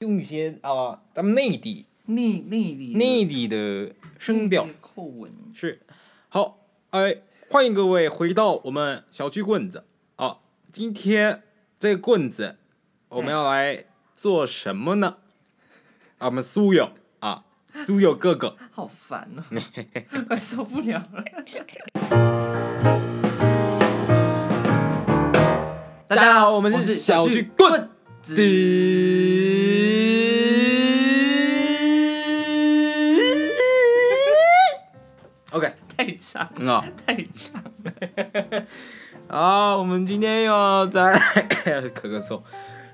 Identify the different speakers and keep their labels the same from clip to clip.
Speaker 1: 用一些啊、咱们内地
Speaker 2: 内内地的
Speaker 1: 内地的声调
Speaker 2: 内地口吻，
Speaker 1: 是好，哎，欢迎各位回到我们小区棍子啊。今天这个棍子我们要来做什么呢？啊，我们苏友啊，苏友哥哥，
Speaker 2: 好烦哦，快受不了了。
Speaker 1: 大家好，我们是小区棍子。OK，
Speaker 2: 太长，
Speaker 1: 嗯啊、
Speaker 2: 太长了。
Speaker 1: 好，我们今天要在 咳咳嗽，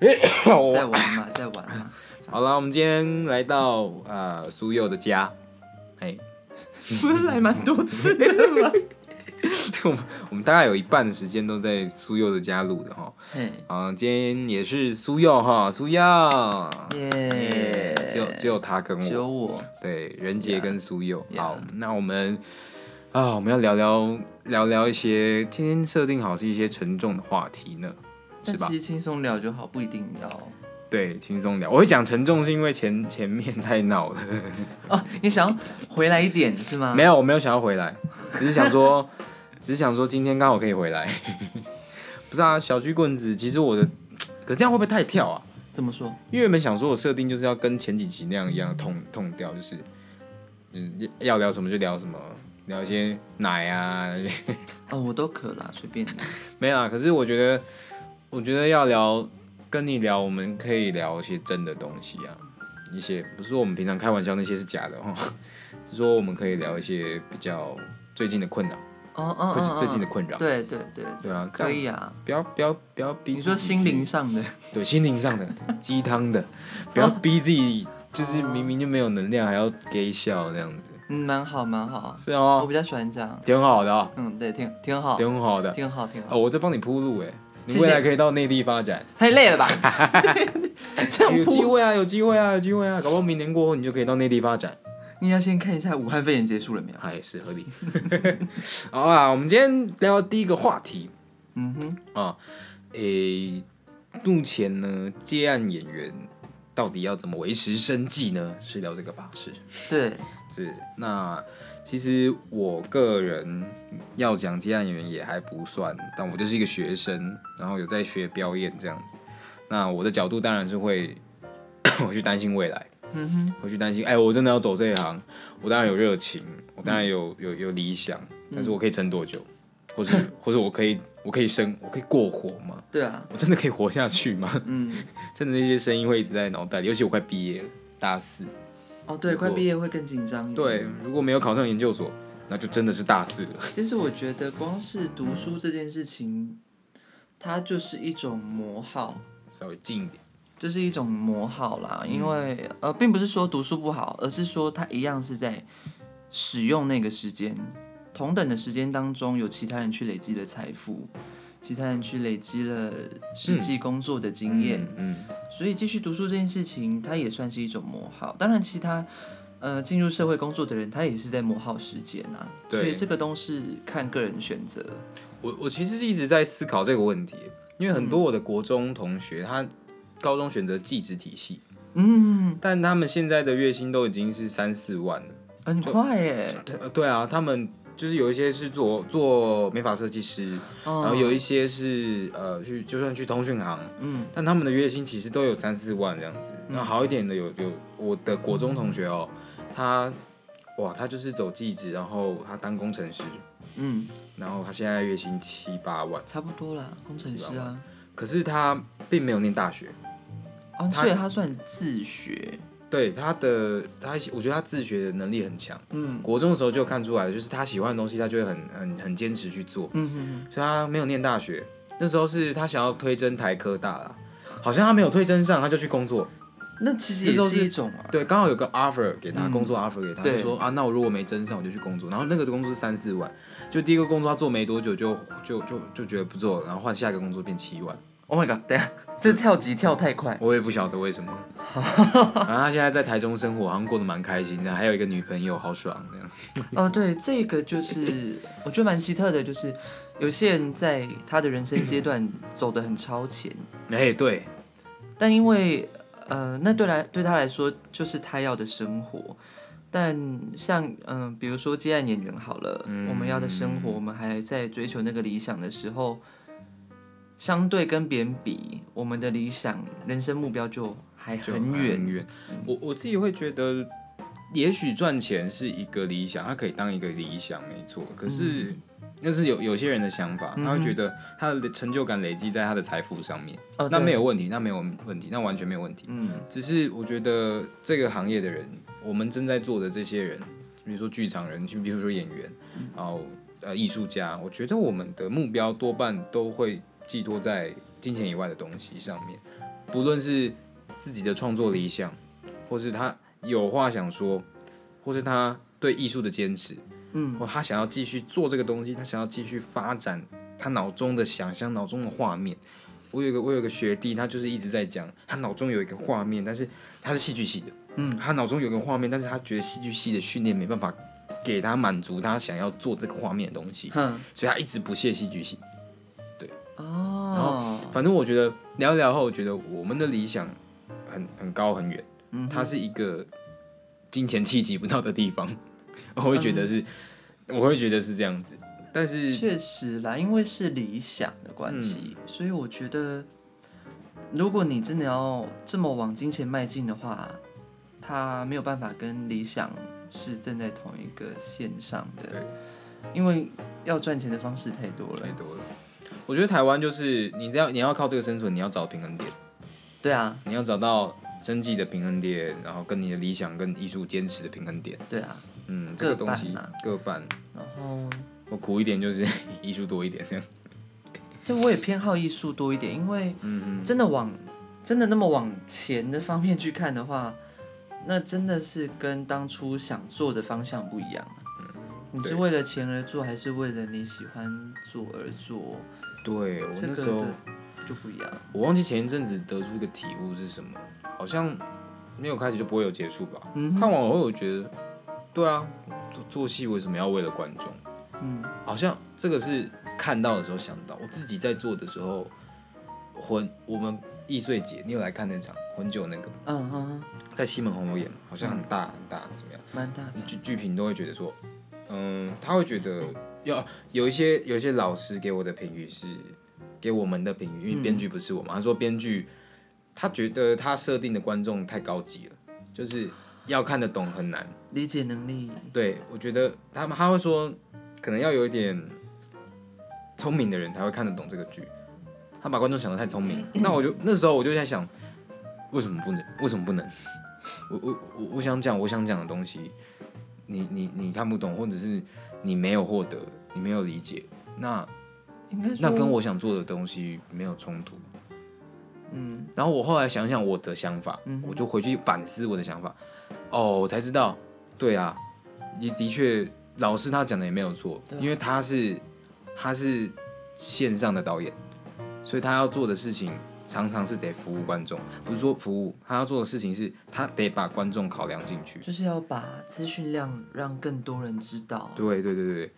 Speaker 2: 再玩嘛，再玩嘛。
Speaker 1: 好了，我们今天来到呃苏佑的家，哎，
Speaker 2: 不是来蛮多次的吗？
Speaker 1: 我们我们大概有一半的时间都在苏佑的家录的哈。
Speaker 2: 嘿
Speaker 1: 啊，今天也是苏佑哈，苏佑，
Speaker 2: 耶，
Speaker 1: 只有只有他跟
Speaker 2: 只有
Speaker 1: 我，
Speaker 2: 我，
Speaker 1: 对，任杰
Speaker 2: Yeah
Speaker 1: 跟苏佑。
Speaker 2: Yeah
Speaker 1: 好，那我们啊，我们要聊聊聊聊一些今天设定好是一些沉重的话题呢，
Speaker 2: 但
Speaker 1: 是吧
Speaker 2: 其？实轻松聊就好，不一定要。
Speaker 1: 对，轻松聊。我会讲沉重是因为前前面太闹了。
Speaker 2: 哦，你想要回来一点是吗？
Speaker 1: 没有，我没有想要回来，只是想说，只是想说今天刚好可以回来。 不是啊，小巨棍子，其实我的，可这样会不会太跳啊？
Speaker 2: 怎么说？
Speaker 1: 因为原本想说我设定就是要跟前几集那样一样痛痛掉，就是，嗯，要聊什么就聊什么，聊一些奶啊，
Speaker 2: 哦，我都可啦，随便你。
Speaker 1: 没有啊。可是我觉得，我觉得要聊跟你聊，我们可以聊一些真的东西啊，一些不是说我们平常开玩笑那些是假的哈， 是说我们可以聊一些比较最近的困扰。
Speaker 2: 哦哦
Speaker 1: 或
Speaker 2: 哦
Speaker 1: 是
Speaker 2: 哦，
Speaker 1: 最近的困扰。
Speaker 2: 对对对，
Speaker 1: 对啊，这
Speaker 2: 可
Speaker 1: 样
Speaker 2: 以啊。
Speaker 1: 不要不要不要逼
Speaker 2: 你说
Speaker 1: 自己
Speaker 2: 心灵嗯
Speaker 1: 去
Speaker 2: 上的，
Speaker 1: 对心灵上 的鸡汤的，不要逼自己，就是明明就没有能量还要给笑这样子，
Speaker 2: 嗯，蛮好蛮好。
Speaker 1: 是
Speaker 2: 我
Speaker 1: 哦，
Speaker 2: 比较喜欢这样。
Speaker 1: 挺好的哦，
Speaker 2: 嗯，对，挺挺好，
Speaker 1: 挺好的
Speaker 2: 挺好，挺好。
Speaker 1: 哦，我在帮你铺路哎，你
Speaker 2: 谢谢
Speaker 1: 未来可以到内地发展，
Speaker 2: 太 累了吧？这样
Speaker 1: 有机
Speaker 2: 铺，
Speaker 1: 会啊，有机会啊，有机会啊，搞不好明年过后你就可以到内地发展，
Speaker 2: 你要先看一下武汉肺炎结束了没有？
Speaker 1: 哎，是合理。 好啊，我们今天聊第一个话题
Speaker 2: 嗯哼，
Speaker 1: 啊，诶，目前呢，接案演员到底要怎么维持生计呢？是聊这个吧？是。
Speaker 2: 对，
Speaker 1: 是，那其实我个人要讲接案演员也还不算，但我就是一个学生，然后有在学表演这样子。那我的角度当然是会， 我去担心未来，
Speaker 2: 嗯哼，
Speaker 1: 我去担心，哎、我真的要走这一行，我当然有热情，我当然有、有有理想，但是我可以撑多久，或是或是我可以我可以生，我可以过活吗？
Speaker 2: 对啊，
Speaker 1: 我真的可以活下去吗？
Speaker 2: 嗯，
Speaker 1: 真的那些声音会一直在脑袋里，尤其我快毕业了，大四，
Speaker 2: 哦，对，
Speaker 1: 如果
Speaker 2: 快毕业会更紧张一点。
Speaker 1: 对，，如果没有考上研究所，那就真的是大四了。
Speaker 2: 其实我觉得光是读书这件事情，它就是一种磨耗。
Speaker 1: 稍微近一点。
Speaker 2: 就是一种磨耗啦，
Speaker 1: 嗯
Speaker 2: 因为、呃，并不是说读书不好，而是说它一样是在使用那个时间，同等的时间当中，有其他人去累积了财富，其他人去累积了实际工作的经验，
Speaker 1: 嗯，
Speaker 2: 所以继续读书这件事情，它也算是一种磨耗。当然，其他呃进入社会工作的人，他也是在磨耗时间啊，
Speaker 1: 对
Speaker 2: 所以这个都是看个人选择。
Speaker 1: 我我其实一直在思考这个问题，因为很多我的国中同学，他高中选择技职体系，
Speaker 2: 嗯，
Speaker 1: 但他们现在的月薪都已经是三四万了。
Speaker 2: 很快耶，
Speaker 1: 对呃对啊，他们就是有一些是做做美发设计师，
Speaker 2: 哦
Speaker 1: 然后有一些是呃去就算去通讯行，
Speaker 2: 嗯
Speaker 1: 但他们的月薪其实都有三四万这样子。那好一点的有有我的国中同学哦，他哇他就是走技职，然后他当工程师，
Speaker 2: 嗯，
Speaker 1: 然后他现在月薪七八万。
Speaker 2: 差不多啦，工程师啊。
Speaker 1: 可是他并没有念大学，
Speaker 2: 哦，
Speaker 1: 他
Speaker 2: 所以他算自学，
Speaker 1: 对他的他，我觉得他自学的能力很强。
Speaker 2: 嗯
Speaker 1: 国中的时候就看出来了，就是他喜欢的东西，他就会很很很坚持去做。
Speaker 2: 嗯嗯，
Speaker 1: 所以他没有念大学，那时候是他想要推甄台科大啦，好像他没有推甄上，他就去工作。
Speaker 2: 那其实
Speaker 1: 那
Speaker 2: 也
Speaker 1: 时候是
Speaker 2: 是一种啊，
Speaker 1: 对，刚好有个 offer 给他，
Speaker 2: 嗯
Speaker 1: 工作 offer 给他，
Speaker 2: 对
Speaker 1: 就说啊，那我如果没甄上，我就去工作。然后那个工作是三四万，就第一个工作他做没多久就就就就觉得不做了，然后换下一个工作变七万。
Speaker 2: Oh my god！等一下，这跳级跳太快，
Speaker 1: 我也不晓得为什 么。然后他现在在台中生活，好像过得蛮开心的，还有一个女朋友，好爽这样。
Speaker 2: 哦，对，这个就是我觉得蛮奇特的，就是有些人在他的人生阶段走得很超前，
Speaker 1: 哎、对，
Speaker 2: 但因为呃，那对来对他来说就是他要的生活。但像嗯、呃比如说接案演员好了，
Speaker 1: 嗯
Speaker 2: 我们要的生活，我们还在追求那个理想的时候，相对跟别人比，我们的理想人生目标就还
Speaker 1: 就
Speaker 2: 很远。
Speaker 1: 很远。我我自己会觉得，也许赚钱是一个理想，它可以当一个理想，没错。可是那是有有些人的想法，他会觉得他的成就感累积在他的财富上面，
Speaker 2: 哦
Speaker 1: 那
Speaker 2: 对
Speaker 1: 没有问题，那没有问题，那完全没有问题。
Speaker 2: 嗯，
Speaker 1: 只是我觉得这个行业的人，我们正在做的这些人，比如说剧场人，就比如说演员，
Speaker 2: 嗯
Speaker 1: 然后呃艺术家，我觉得我们的目标多半都会寄托在金钱以外的东西上面，不论是自己的创作理想，或是他有话想说，或是他对艺术的坚持，
Speaker 2: 嗯，
Speaker 1: 或他想要继续做这个东西，他想要继续发展他脑中的想象、脑中的画面。我有一个我有一个学弟，他就是一直在讲，他脑中有一个画面，但是他是戏剧系的，嗯，他脑中有一个画面，但是他觉得戏剧系的训练没办法给他满足他想要做这个画面的东西，
Speaker 2: 哼，
Speaker 1: 所以他一直不屑戏剧系。
Speaker 2: 哦，
Speaker 1: 反正我觉得聊一聊后，我觉得我们的理想很很高很远，
Speaker 2: 嗯哼
Speaker 1: 它是一个金钱企及不到的地方，我会觉得是，
Speaker 2: 嗯
Speaker 1: 我会觉得是这样子，但是嗯
Speaker 2: 确实啦，因为是理想的关系，所以我觉得，如果你真的要这么往金钱迈进的话，它没有办法跟理想是站在同一个线上的
Speaker 1: 对，
Speaker 2: 因为要赚钱的方式太多了
Speaker 1: 太。多了。我觉得台湾就是你只要你要靠这个生存，你要找平衡点，
Speaker 2: 对啊，
Speaker 1: 你要找到生计的平衡点，然后跟你的理想跟艺术坚持的平衡点。
Speaker 2: 对啊，
Speaker 1: 嗯，这个
Speaker 2: 各
Speaker 1: 东
Speaker 2: 半
Speaker 1: 西
Speaker 2: 啊
Speaker 1: 各半，
Speaker 2: 然后
Speaker 1: 我苦一点就是 艺术多一点这样。
Speaker 2: 就我也偏好艺术多一点，因为
Speaker 1: 嗯
Speaker 2: 真的往真的那么往钱的方面去看的话，那真的是跟当初想做的方向不一样、啊。
Speaker 1: 嗯
Speaker 2: 你是
Speaker 1: 对
Speaker 2: 为了钱而做，还是为了你喜欢做而做？
Speaker 1: 嗯，对我
Speaker 2: 这
Speaker 1: 那
Speaker 2: 个
Speaker 1: 时候
Speaker 2: 的就不一样。
Speaker 1: 我忘记前一阵子得出一个体悟是什么，好像没有开始就不会有结束吧。
Speaker 2: 嗯哼
Speaker 1: 看完我会有觉得，对啊，做做戏为什么要为了观众？
Speaker 2: 嗯，
Speaker 1: 好像这个是看到的时候想到，我自己在做的时候，魂我们易碎节，你有来看那场魂酒那个，
Speaker 2: 嗯嗯，
Speaker 1: 在西门红楼演，好像很大很大，怎么样？
Speaker 2: 蛮大的。
Speaker 1: 剧剧评都会觉得说，嗯，他会觉得要有一些有一些老师给我的评语是给我们的评语，因为编剧不是我们，他说编剧他觉得他设定的观众太高级了，就是要看得懂很难。
Speaker 2: 理解能力，
Speaker 1: 对，我觉得他们他会说，可能要有一点聪明的人才会看得懂这个剧。他把观众想得太聪明，那我就那时候我就在想，为什么不能？为什么不能？我我我我想讲我想讲的东西，你你你看不懂，或者是你没有获得，你没有理解，那
Speaker 2: 应该说
Speaker 1: 那跟我想做的东西没有冲突。
Speaker 2: 嗯
Speaker 1: 然后我后来想想我的想法，
Speaker 2: 嗯哼
Speaker 1: 我就回去反思我的想法。哦，我才知道，对啊，也的确，老师他讲的也没有错，
Speaker 2: 对啊
Speaker 1: 因为他是他是线上的导演，所以他要做的事情常常是得服务观众，不是说服务，他要做的事情是他得把观众考量进去。
Speaker 2: 就是要把资讯量让更多人知道。啊
Speaker 1: 对对对对对，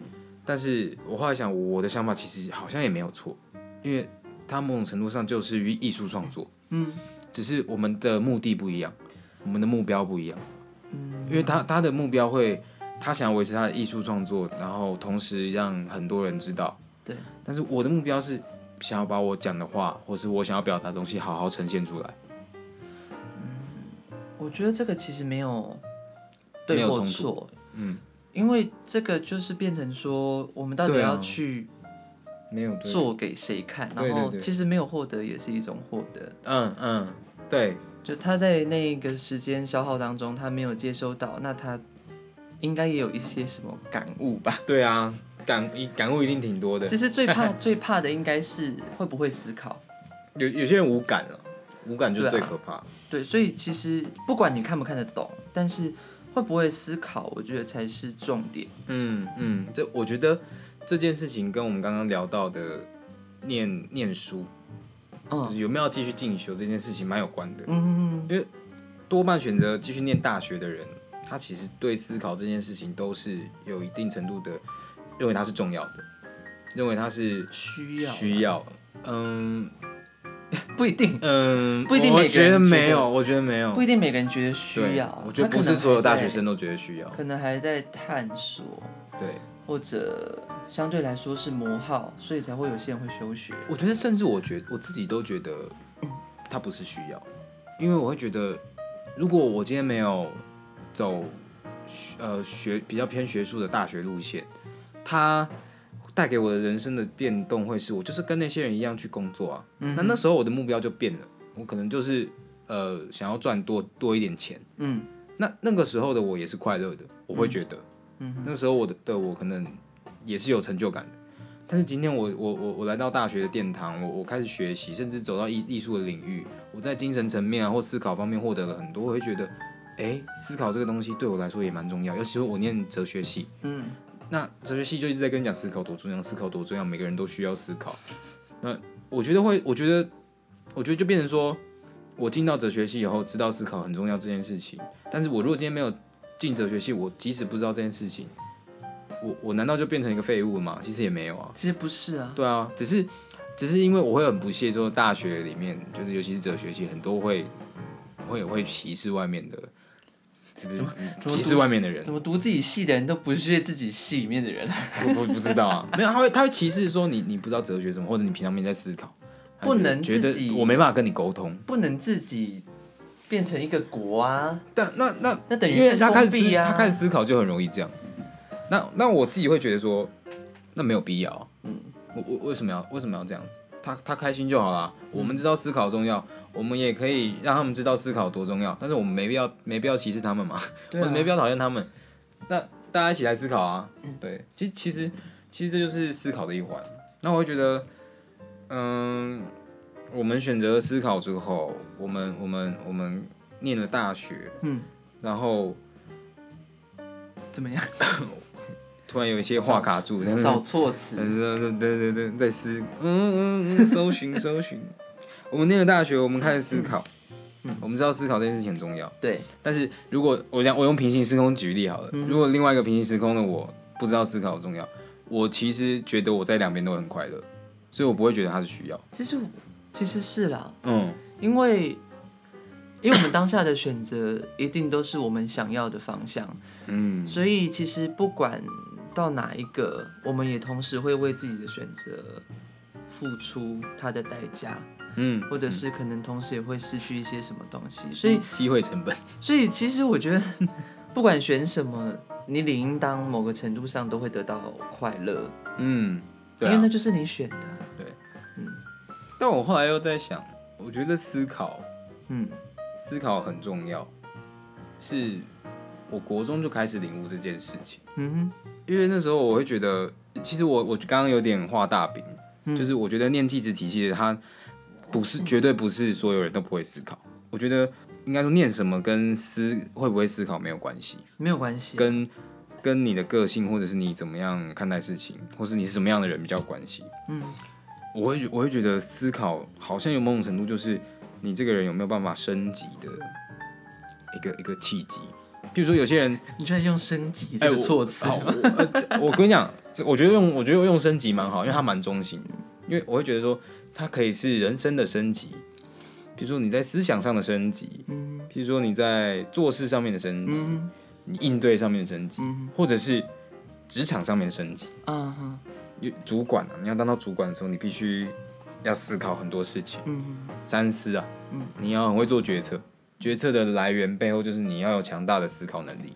Speaker 1: 但是我后来想，我的想法其实好像也没有错，因为它某种程度上就是于艺术创作，
Speaker 2: 嗯，
Speaker 1: 只是我们的目的不一样，我们的目标不一样，嗯，因为他他的目标会，他想要维持他的艺术创作，然后同时让很多人知道，
Speaker 2: 对，
Speaker 1: 但是我的目标是想要把我讲的话，或是我想要表达的东西好好呈现出来，
Speaker 2: 我觉得这个其实没有
Speaker 1: 没
Speaker 2: 对
Speaker 1: 有
Speaker 2: 或
Speaker 1: 冲突
Speaker 2: 错，
Speaker 1: 嗯，
Speaker 2: 因为这个就是变成说，我们到底
Speaker 1: 对啊
Speaker 2: 要去
Speaker 1: 没有对，
Speaker 2: 做给谁看，
Speaker 1: 对
Speaker 2: 然后
Speaker 1: 对对
Speaker 2: 其实没有获得也是一种获得，
Speaker 1: 嗯嗯，对，
Speaker 2: 就他在那个时间消耗当中，他没有接收到，那他应该也有一些什么感悟吧。
Speaker 1: 对啊，感感悟一定挺多的，
Speaker 2: 其实最怕最怕的应该是会不会思考，
Speaker 1: 有有些人无感了，无感就是
Speaker 2: 对
Speaker 1: 最
Speaker 2: 啊
Speaker 1: 可怕。
Speaker 2: 对，所以其实不管你看不看得懂，但是会不会思考，我觉得才是重点。
Speaker 1: 嗯嗯，这我觉得这件事情跟我们刚刚聊到的念念书，就
Speaker 2: 嗯
Speaker 1: 是有没有继续进修这件事情蛮有关的。
Speaker 2: 嗯，
Speaker 1: 多半选择继续念大学的人，他其实对思考这件事情都是有一定程度的认为它是重要的，认为它是
Speaker 2: 需要
Speaker 1: 需要。嗯，
Speaker 2: 不一定，
Speaker 1: 嗯，
Speaker 2: 不一定
Speaker 1: 我
Speaker 2: 每个人
Speaker 1: 觉得没
Speaker 2: 觉得
Speaker 1: 有，我觉得没有，
Speaker 2: 不一定每个人觉得
Speaker 1: 对
Speaker 2: 需要。啊
Speaker 1: 我觉得
Speaker 2: 他可
Speaker 1: 不是
Speaker 2: 能
Speaker 1: 所有
Speaker 2: 还
Speaker 1: 大
Speaker 2: 在
Speaker 1: 学生都觉得需要。
Speaker 2: 可能还在探索，
Speaker 1: 对，
Speaker 2: 或者相对来说是磨耗，所以才会有些人会休学。
Speaker 1: 我觉得甚至我觉我自己都觉得它不是需要，因为我会觉得，如果我今天没有走学呃学比较偏学术的大学路线，它带给我的人生的变动会是我就是跟那些人一样去工作啊。那那时候我的目标就变了，我可能就是呃想要赚多多一点钱。
Speaker 2: 嗯，
Speaker 1: 那那个时候的我也是快乐的，我会觉得，嗯，那时候我的的我可能也是有成就感的。但是今天我我我我来到大学的殿堂，我我开始学习，甚至走到艺艺术的领域，我在精神层面啊或思考方面获得了很多，我会觉得，哎、思考这个东西对我来说也蛮重要。尤其是我念哲学系，
Speaker 2: 嗯，
Speaker 1: 那哲学系就一直在跟你讲思考多重要，思考多重要，每个人都需要思考。那我觉得会，我觉得，我觉得就变成说，我进到哲学系以后，知道思考很重要这件事情。但是我如果今天没有进哲学系，我即使不知道这件事情，我我难道就变成一个废物了吗？其实也没有啊。
Speaker 2: 其实不是啊，
Speaker 1: 对啊，只是只是因为我会很不屑说大学里面，就是尤其是哲学系，很多会会会歧视外面的，怎么
Speaker 2: 怎么
Speaker 1: 歧视外面的人？
Speaker 2: 怎么读自己系的人都不是自己系里面的人啊，
Speaker 1: 我不不知道啊， 没有，他会他会歧视说你你不知道哲学什么，或者你平常没在思考，他
Speaker 2: 不
Speaker 1: 觉得
Speaker 2: 能
Speaker 1: 觉
Speaker 2: 自己
Speaker 1: 得我没办法跟你沟通。
Speaker 2: 不能自己变成一个国啊，
Speaker 1: 但那那
Speaker 2: 那等于
Speaker 1: 因为
Speaker 2: 是
Speaker 1: 他开始
Speaker 2: 封闭
Speaker 1: 思
Speaker 2: 啊
Speaker 1: 他开始思考就很容易这样。那那我自己会觉得说，那没有必要啊。
Speaker 2: 嗯
Speaker 1: 我我为什么要为什么要这样子？他他开心就好啦。我们知道思考重要，我们也可以让他们知道思考多重要，但是我们没必要没必要歧视他们嘛，
Speaker 2: 对
Speaker 1: 我
Speaker 2: 啊
Speaker 1: 们，没必要讨厌他们。那大家一起来思考啊。
Speaker 2: 嗯
Speaker 1: 对，其实其实其实这就是思考的一环。那我会觉得，嗯，我们选择了思考之后，我们我们我们念了大学，
Speaker 2: 嗯，
Speaker 1: 然后
Speaker 2: 怎么样？
Speaker 1: 突然有一些话卡住，但是
Speaker 2: 找错词，
Speaker 1: 但是对对对对，在思，嗯嗯嗯，搜寻搜寻。我们念了大学，我们开始思考，我们知道思考这件事情很重要。
Speaker 2: 嗯对，嗯
Speaker 1: 但是如果我讲我用平行时空举例好了，如果另外一个平行时空的我不知道思考重要，我其实觉得我在两边都很快乐，所以我不会觉得它是需要。
Speaker 2: 其实其实是啦，
Speaker 1: 嗯，
Speaker 2: 因为因为我们当下的选择一定都是我们想要的方向，
Speaker 1: 嗯，
Speaker 2: 所以其实不管到哪一个，我们也同时会为自己的选择付出它的代价，
Speaker 1: 嗯，
Speaker 2: 或者是可能同时也会失去一些什么东西。所以，
Speaker 1: 机会成本，
Speaker 2: 所以其实我觉得，不管选什么，你理应当某个程度上都会得到快乐，
Speaker 1: 嗯，对、
Speaker 2: 因为
Speaker 1: 啊
Speaker 2: 那。就是你选的。啊
Speaker 1: 但我后来又在想，我觉得思考
Speaker 2: 嗯，
Speaker 1: 思考很重要，是我国中就开始领悟这件事情。
Speaker 2: 嗯
Speaker 1: 因为那时候我会觉得，其实我我刚刚有点画大饼，
Speaker 2: 嗯
Speaker 1: 就是我觉得念技职体系的它不是绝对不是所有人都不会思考。我觉得应该说念什么跟思会不会思考没有关系，
Speaker 2: 哼，没有关系。啊
Speaker 1: 跟跟你的个性或者是你怎么样看待事情，或是你是什么样的人比较有关系。
Speaker 2: 嗯，
Speaker 1: 我会觉我会觉得思考好像有某种程度就是你这个人有没有办法升级的一个一个契机。比如说有些人
Speaker 2: 你居然用升级
Speaker 1: 哎
Speaker 2: 这个
Speaker 1: 我
Speaker 2: 措辞，
Speaker 1: 好我呃这我跟你讲，这我觉得用我觉得用升级蛮好，因为它蛮中性的，因为我会觉得说它可以是人生的升级，比如说你在思想上的升级，
Speaker 2: 嗯
Speaker 1: 比如说你在做事上面的升级，
Speaker 2: 嗯
Speaker 1: 你应对上面的升级，
Speaker 2: 嗯
Speaker 1: 或者是职场上面的升级。
Speaker 2: 啊哈
Speaker 1: 有主管啊，你要当到主管的时候，你必须要思考很多事情，
Speaker 2: 嗯
Speaker 1: 三思啊，
Speaker 2: 嗯
Speaker 1: 你要很会做决策，决策的来源背后就是你要有强大的思考能力。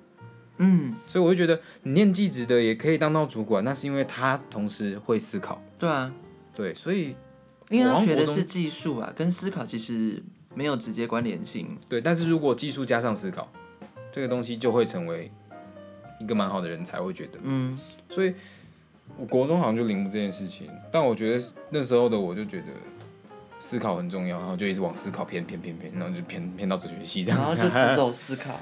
Speaker 2: 嗯，
Speaker 1: 所以我就觉得你念技职的也可以当到主管，那是因为他同时会思考。
Speaker 2: 对啊。
Speaker 1: 对，所以
Speaker 2: 因为他学
Speaker 1: 我
Speaker 2: 的
Speaker 1: 好像国
Speaker 2: 是技术啊，跟思考其实没有直接关联性。
Speaker 1: 对，但是如果技术加上思考，这个东西就会成为一个蛮好的人才，我觉得。
Speaker 2: 嗯，
Speaker 1: 所以我国中好像就领悟这件事情，但我觉得那时候的我就觉得思考很重要，然后就一直往思考偏偏偏偏，然后就偏偏到哲学系这样。
Speaker 2: 然后就 只走思考。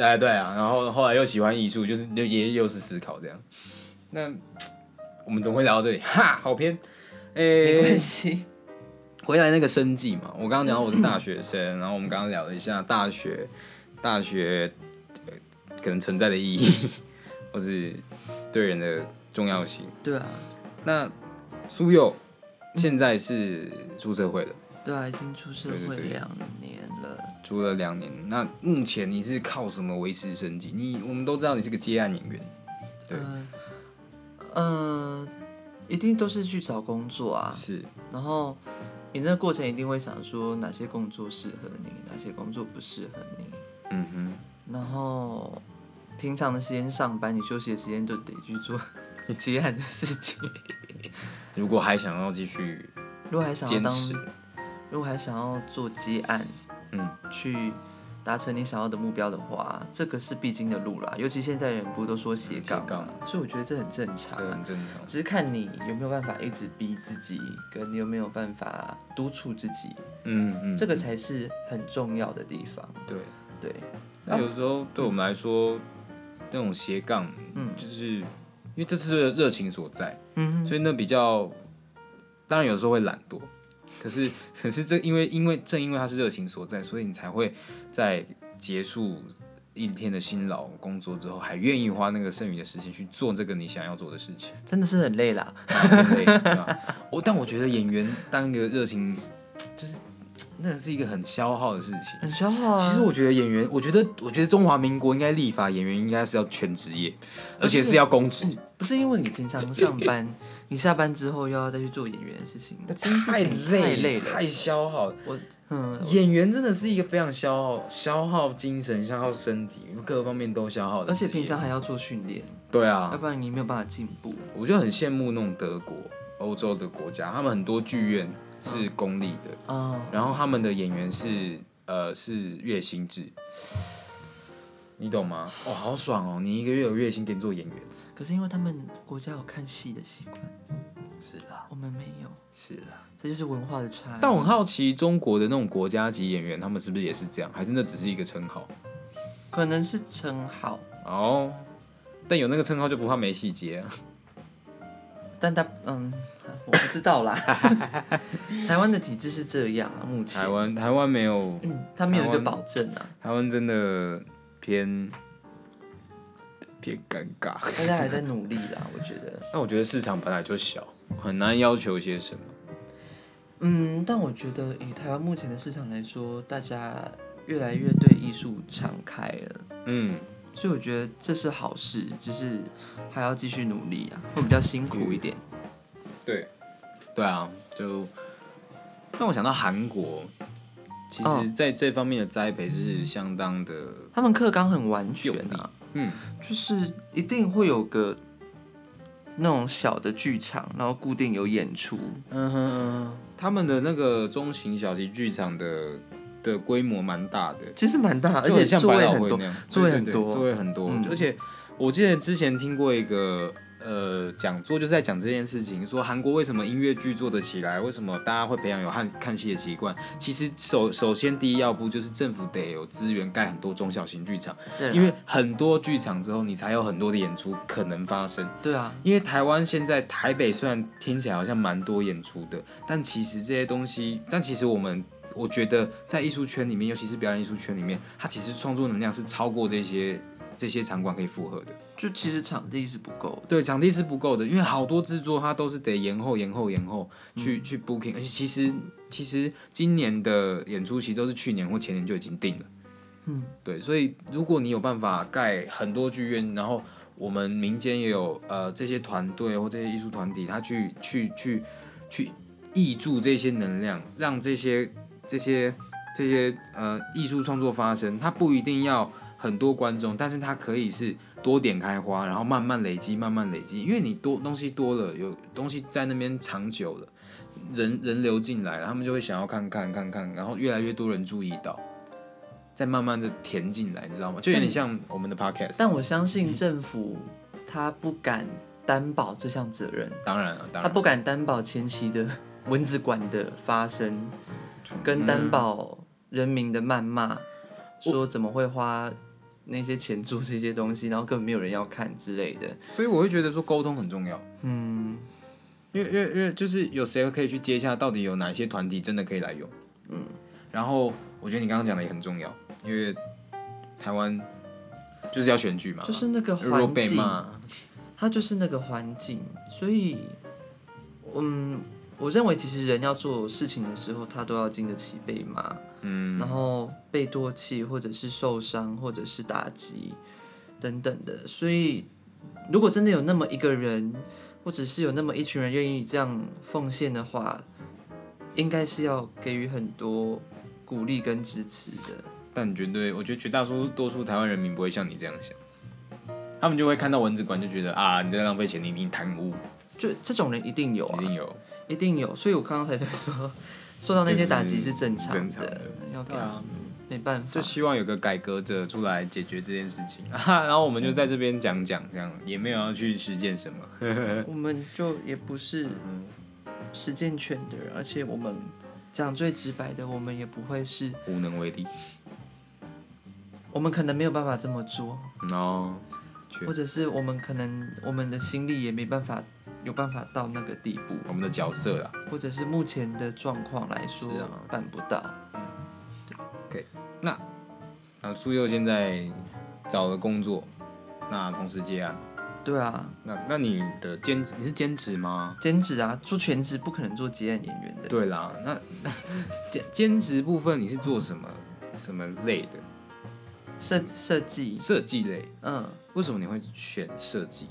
Speaker 1: 哎，对啊，然后后来又喜欢艺术，就是又也又是思考这样。那我们怎么会聊到这里？哈，好偏。哎、
Speaker 2: 没关系，
Speaker 1: 回来那个生计嘛，我刚刚讲到我是大学 生，然后我们刚刚聊了一下大学，大学、呃可能存在的意义， 或是对人的重要性。
Speaker 2: 对啊，
Speaker 1: 那苏佑现在是出社会了，
Speaker 2: 对啊，已经出社
Speaker 1: 对对
Speaker 2: 会
Speaker 1: 对
Speaker 2: 两年了。
Speaker 1: 除了两年，那目前你是靠什么维持生计？你我们都知道你是个接案演员，对
Speaker 2: 嗯、呃一定都是去找工作啊。
Speaker 1: 是
Speaker 2: 然后你那个过程一定会想说哪些工作适合你，哪些工作不适合你。
Speaker 1: 嗯哼。
Speaker 2: 然后平常的时间上班，你休息的时间都得去做 接案的事情。
Speaker 1: 如果还想要继续
Speaker 2: 如果还想要
Speaker 1: 坚
Speaker 2: 当，
Speaker 1: 持，
Speaker 2: 如果还想要做接案，
Speaker 1: 嗯，
Speaker 2: 去达成你想要的目标的话，这个是必经的路啦。尤其现在人不都说斜杠嘛，
Speaker 1: 斜杠
Speaker 2: 所以我觉得这很正常
Speaker 1: 这
Speaker 2: 啊、
Speaker 1: 很正常。
Speaker 2: 只是看你有没有办法一直逼自己，跟你有没有办法督促自己，
Speaker 1: 嗯嗯，
Speaker 2: 这个才是很重要的地方。
Speaker 1: 对。
Speaker 2: 对，
Speaker 1: 那有时候对我们来说，那种斜杠，
Speaker 2: 嗯
Speaker 1: 就是因为这是热情所在，
Speaker 2: 嗯
Speaker 1: 所以那比较，当然有时候会懒惰，可是可是这因为因为正因为它是热情所在，所以你才会在结束一天的辛劳工作之后，还愿意花那个剩余的时间去做这个你想要做的事情。
Speaker 2: 真的是很累啦。
Speaker 1: 对啊， 我但我觉得演员当一个热情，就是那是一个很消耗的事情。
Speaker 2: 很消耗啊。
Speaker 1: 其实我觉得演员，我觉得我觉得中华民国应该立法演员应该是要全职业，而且是要公职，
Speaker 2: 不是因为你平常上 班，你下班之后又要再去做演员的事情，这件事
Speaker 1: 太
Speaker 2: 情太累
Speaker 1: 了，
Speaker 2: 了。
Speaker 1: 太消耗了。
Speaker 2: 我嗯，
Speaker 1: 演员真的是一个非常消耗、消耗精神、消耗身体，各方面都消耗的
Speaker 2: 而
Speaker 1: 职业。
Speaker 2: 且平常还要做训练，
Speaker 1: 对
Speaker 2: 要
Speaker 1: 啊，
Speaker 2: 不然你没有办法进步。
Speaker 1: 我就很羡慕那种德国、欧洲的国家，他们很多剧院是公立的，
Speaker 2: 啊、
Speaker 1: 然后他们的演员是呃是月薪制，你懂吗？哦，好爽哦！你一个月有月薪给你做演员，
Speaker 2: 可是因为他们国家有看戏的习惯，
Speaker 1: 是啦，
Speaker 2: 我们没有，
Speaker 1: 是啦。
Speaker 2: 这就是文化的差异。
Speaker 1: 但我很好奇，中国的那种国家级演员，他们是不是也是这样？还是那只是一个称号？
Speaker 2: 可能是称号，
Speaker 1: 哦，但有那个称号就不怕没细节啊。
Speaker 2: 但他 嗯，我不知道啦。 台湾的体制是这样啊，目前嗯
Speaker 1: 台湾台湾没有，
Speaker 2: 他没有一
Speaker 1: 台
Speaker 2: 个
Speaker 1: 湾
Speaker 2: 保证啊，
Speaker 1: 台湾真的偏偏尴尬。
Speaker 2: 大家还在努力啦， 我觉得。
Speaker 1: 但我觉得市场本来就小，很难要求些什么。
Speaker 2: 嗯，但我觉得以台湾目前的市场来说，大家越来越对艺术敞开了，
Speaker 1: 嗯，
Speaker 2: 所以我觉得这是好事，只是还要继续努力啊，会比较辛苦一点。
Speaker 1: 对，对啊，就让我想到韩国，其实
Speaker 2: 嗯
Speaker 1: 在这方面的栽培是相当的，
Speaker 2: 他们课纲很完全啊，
Speaker 1: 嗯，
Speaker 2: 就是一定会有个那种小的剧场，然后固定有演出。
Speaker 1: 嗯哼嗯哼，他们的那个中型小型剧场的的规模蛮大的，
Speaker 2: 其实蛮大，而
Speaker 1: 就
Speaker 2: 且
Speaker 1: 很像
Speaker 2: 啊座
Speaker 1: 百
Speaker 2: 位
Speaker 1: 老
Speaker 2: 很
Speaker 1: 汇
Speaker 2: 多
Speaker 1: 那，样，
Speaker 2: 座位
Speaker 1: 对
Speaker 2: 很
Speaker 1: 对对
Speaker 2: 多
Speaker 1: 座位很多
Speaker 2: 嗯。
Speaker 1: 而且我记得之前听过一个呃讲座，就是在讲这件事情，说韩国为什么音乐剧做得起来，为什么大家会培养有看看戏的习惯。其实首首先第一要步就是政府得有资源盖很多中小型剧场，
Speaker 2: 对啦，
Speaker 1: 因为很多剧场之后，你才有很多的演出可能发生。
Speaker 2: 对啊，
Speaker 1: 因为台湾现在台北虽然听起来好像蛮多演出的，但其实这些东西，但其实我们我觉得在艺术圈里面，尤其是表演艺术圈里面，它其实创作能量是超过这些这些场馆可以负荷的。
Speaker 2: 就其实场地是不够的。
Speaker 1: 对，场地是不够的，因为好多制作它都是得延后、延后、延后去、去 booking，而且其实其实今年的演出其实都是去年或前年就已经定了。
Speaker 2: 嗯，
Speaker 1: 对，所以如果你有办法盖很多剧院，然后我们民间也有呃这些团队或这些艺术团体，他去去去去挹注这些能量，让这些这些这些呃艺术创作发生，它不一定要很多观众，但是它可以是多点开花，然后慢慢累积，慢慢累积，因为你多东西多了，有东西在那边长久了，人人流进来了，他们就会想要看看看看，然后越来越多人注意到。再慢慢的填进来，你知道吗？就有点像我们的 podcast。
Speaker 2: 但我相信政府他不敢担保这项责任，
Speaker 1: 当然了，当
Speaker 2: 他
Speaker 1: 然啊
Speaker 2: 不敢担保前期的蚊子馆的发生，
Speaker 1: 嗯
Speaker 2: 跟担保人民的谩骂，说怎么会花那些钱做这些东西，然后根本没有人要看之类的。
Speaker 1: 所以我会觉得说沟通很重要，
Speaker 2: 嗯，
Speaker 1: 因为因为因为就是有谁可以去接下，到底有哪些团体真的可以来用？嗯，然后我觉得你刚刚讲的也很重要，因为台湾就是要选举嘛，
Speaker 2: 就是那个
Speaker 1: 如果
Speaker 2: 环
Speaker 1: 被
Speaker 2: 境，
Speaker 1: 骂，
Speaker 2: 它就是那个环境，所以，嗯，我认为其实人要做事情的时候，他都要经得起被骂，嗯，然后被唾弃，或者是受伤，或者是打击等等的。所以，如果真的有那么一个人，或者是有那么一群人愿意这样奉献的话，应该是要给予很多鼓励跟支持的。
Speaker 1: 但绝对，我觉得绝大多数多数台湾人民不会像你这样想，他们就会看到蚊子馆就觉得啊，你在浪费钱，你一定贪污，
Speaker 2: 就这种人一定有
Speaker 1: 一
Speaker 2: 啊，
Speaker 1: 定有
Speaker 2: 一定有。所以我刚刚才在说，受到那些打击是正常的，
Speaker 1: 正常的
Speaker 2: 要给
Speaker 1: 对啊，
Speaker 2: 没办法
Speaker 1: 就。希望有个改革者出来解决这件事情 啊。然后我们就在这边讲讲，这样也没有要去实践什么。啊
Speaker 2: 我们就也不是实践犬的人，而且我们讲最直白的，我们也不会是，
Speaker 1: 无能为力。
Speaker 2: 我们可能没有办法这么做，
Speaker 1: 然后，确
Speaker 2: 或者是我们可能我们的心力也没办法有办法到那个地步，
Speaker 1: 我们的角色啦。
Speaker 2: 或者是目前的状况来说、
Speaker 1: 是啊
Speaker 2: 办不到。
Speaker 1: 那苏佑现在找了工作，那同时接案。
Speaker 2: 对啊，
Speaker 1: 那那你的兼职，你是兼职吗？
Speaker 2: 兼职啊，做全职不可能做接案演员的。
Speaker 1: 对啦，那 兼兼职部分你是做什么什么类的？
Speaker 2: 设设计，
Speaker 1: 设计类？
Speaker 2: 嗯，
Speaker 1: 为什么你会选设计？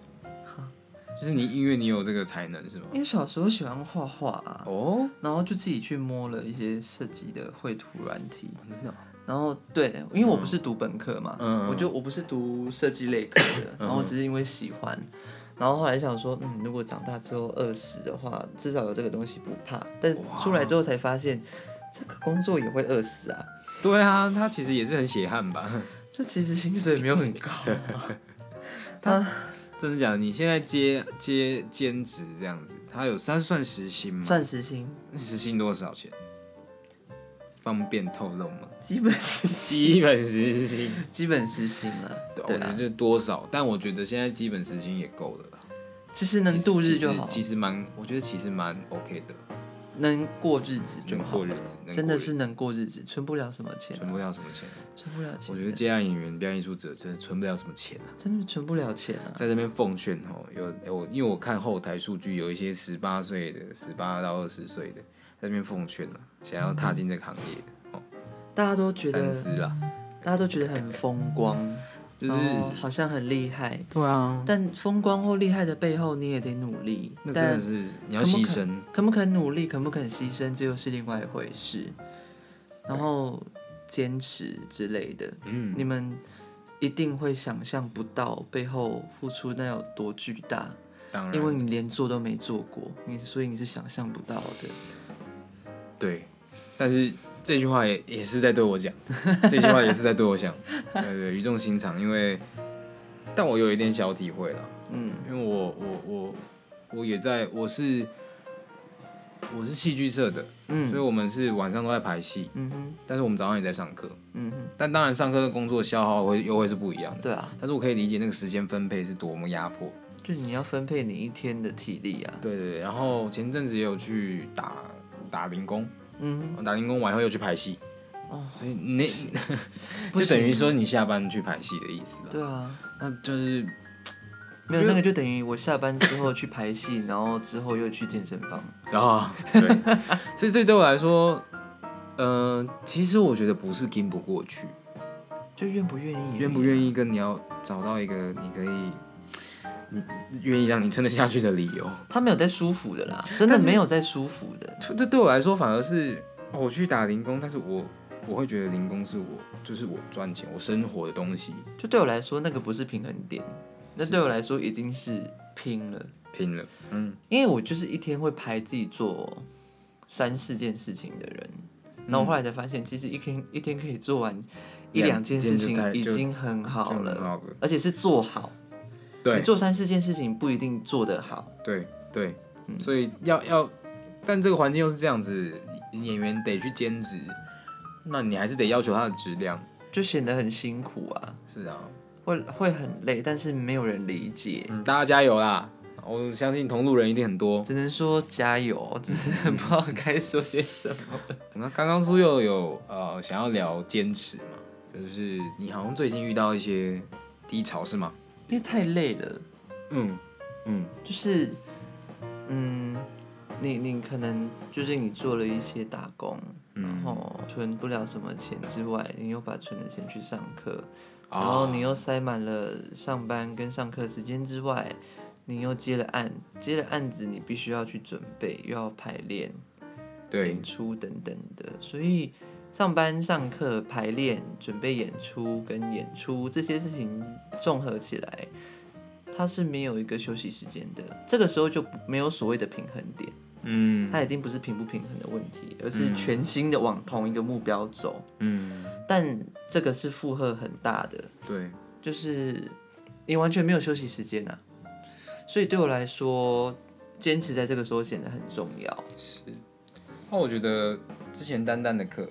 Speaker 1: 就是你因为你有这个才能是吗？
Speaker 2: 因为小时候喜欢画画啊，
Speaker 1: 哦，
Speaker 2: 然后就自己去摸了一些设计的绘图软体，
Speaker 1: 真的哦
Speaker 2: 然后对，因为我不是读本科嘛，
Speaker 1: 嗯
Speaker 2: 我就我不是读设计类科的，然后我只是因为喜欢，然后后来想说，嗯，如果长大之后饿死的话，至少有这个东西不怕。但
Speaker 1: 哇
Speaker 2: 出来之后才发现，这个工作也会饿死啊，
Speaker 1: 对啊，他其实也是很血汗吧？
Speaker 2: 就其实薪水没有很高、啊。他
Speaker 1: 真的假的？你现在接接兼职这样子，他有他是算时薪吗？
Speaker 2: 算时薪，
Speaker 1: 时薪多少钱？方便透露吗？
Speaker 2: 基本 时
Speaker 1: 基本时薪，
Speaker 2: 基本时薪了、
Speaker 1: 对，
Speaker 2: 对
Speaker 1: 我觉
Speaker 2: 啊，
Speaker 1: 得多少，但我觉得现在基本时薪也够了啦。
Speaker 2: 其实能度日就好
Speaker 1: 其实，其实蛮，我觉得其实蛮 OK 的，
Speaker 2: 能过日子就
Speaker 1: 能
Speaker 2: 好
Speaker 1: 过
Speaker 2: 了
Speaker 1: 日子，能
Speaker 2: 真
Speaker 1: 过
Speaker 2: 的
Speaker 1: 日
Speaker 2: 是啊能过日子，存不了什么钱
Speaker 1: 子，存不了什么钱。
Speaker 2: 存不了钱
Speaker 1: 我，觉得接案演员、表演艺术者真的存不了什么钱啊。
Speaker 2: 真的存不了钱啊。
Speaker 1: 在这边奉劝哦，有我因为我看后台数据，有一些十八岁的、十八到二十岁的，在这边奉劝啊，想要踏进这个行业的哦，
Speaker 2: 大家嗯都觉
Speaker 1: 三
Speaker 2: 得，
Speaker 1: 思啦，
Speaker 2: 大家都觉得很风光，
Speaker 1: 就是、
Speaker 2: 然后好像很厉害，
Speaker 1: 对啊，
Speaker 2: 但风光或厉害的背后，你也得努力。
Speaker 1: 那真的
Speaker 2: 但
Speaker 1: 是你要牺牲，
Speaker 2: 肯不肯努力，肯不肯牺牲，这又是另外一回事。然后坚持之类的，
Speaker 1: 嗯，
Speaker 2: 你们一定会想象不到背后付出那有多巨大，
Speaker 1: 当
Speaker 2: 因为
Speaker 1: 然
Speaker 2: 你连做都没做过，你所以你是想象不到的。
Speaker 1: 对，但是这句话也也是在对我 讲，这句话也是在对我讲，对对，语重心长，因为但我有一点小体会了。
Speaker 2: 嗯
Speaker 1: 因为我我我我也在，我是我是戏剧社的，所以
Speaker 2: 嗯
Speaker 1: 我们是晚上都在排戏，
Speaker 2: 嗯哼
Speaker 1: 但是我们早上也在上课。
Speaker 2: 嗯哼，
Speaker 1: 但当然，上课跟工作消耗会又会是不一样的。
Speaker 2: 对啊，
Speaker 1: 但是我可以理解那个时间分配是多么压迫。
Speaker 2: 就你要分配你一天的体力啊。
Speaker 1: 对对对。然后前阵子也有去打打零工，
Speaker 2: 嗯，
Speaker 1: 打零工完后又去排戏。
Speaker 2: 哦，
Speaker 1: 所以那
Speaker 2: 不
Speaker 1: 就等于
Speaker 2: 行
Speaker 1: 说你下班去排戏的意思了。
Speaker 2: 对啊，
Speaker 1: 那就是
Speaker 2: 没
Speaker 1: 因
Speaker 2: 有
Speaker 1: 为
Speaker 2: 那个就等于我下班之后去排戏，然后之后又去健身房。
Speaker 1: 然后，
Speaker 2: 啊
Speaker 1: 对，所以这对我来说，嗯、其实我觉得不是跟不过去，
Speaker 2: 就愿不愿意？啊
Speaker 1: 愿不愿意跟你要找到一个你可以，你愿意让你撑得下去的理由。
Speaker 2: 他没有在舒服的啦，真的没有在舒服的。
Speaker 1: 这这对我来说反而是哦我去打零工，但是我我会觉得零工是我就是我赚钱我生活的东西，
Speaker 2: 就对我来说，那个不是平衡点，那
Speaker 1: 是
Speaker 2: 对我来说已经是拼了，
Speaker 1: 拼了，嗯，
Speaker 2: 因为我就是一天会排自己做三四件事情的人。然后我后来才发现，其实一天一天可以做完一两
Speaker 1: 两
Speaker 2: 件
Speaker 1: 件
Speaker 2: 事
Speaker 1: 就
Speaker 2: 情
Speaker 1: 太
Speaker 2: 已
Speaker 1: 就
Speaker 2: 经很好
Speaker 1: 这样很
Speaker 2: 了，
Speaker 1: 好了，
Speaker 2: 而且是做好。你
Speaker 1: 对
Speaker 2: 做三四件事情不一定做得好。
Speaker 1: 对对，
Speaker 2: 嗯
Speaker 1: 所以要要，但这个环境又是这样子，演员得去兼职，那你还是得要求他的质量。
Speaker 2: 就显得很辛苦啊，
Speaker 1: 是啊，
Speaker 2: 会会很累，但是没有人理解，
Speaker 1: 嗯，大家加油啦！我相信同路人一定很多。
Speaker 2: 只能说加油， 真的不知道该说些什么。
Speaker 1: 那刚刚苏佑有呃想要聊坚持嘛，就是你好像最近遇到一些低潮是吗？
Speaker 2: 因为太累了，
Speaker 1: 嗯嗯，
Speaker 2: 就是嗯，你你可能就是你做了一些打工，然后存不了什么钱之外，你又把存的钱去上课，
Speaker 1: 啊
Speaker 2: 然后你又塞满了上班跟上课时间之外，你又接了案，接了案子你必须要去准备，又要排练、
Speaker 3: 对，
Speaker 2: 演出等等的，所以上班、上课、排练、准备演出跟演出这些事情综合起来，它是没有一个休息时间的。这个时候就没有所谓的平衡点，
Speaker 3: 嗯
Speaker 2: 它已经不是平不平衡的问题，而是全心的往同一个目标走。
Speaker 3: 嗯，
Speaker 2: 但这个是负荷很大的，
Speaker 3: 对，
Speaker 2: 就是你完全没有休息时间啊。所以对我来说，坚持在这个时候显得很重要。
Speaker 1: 是。那我觉得之前丹丹的课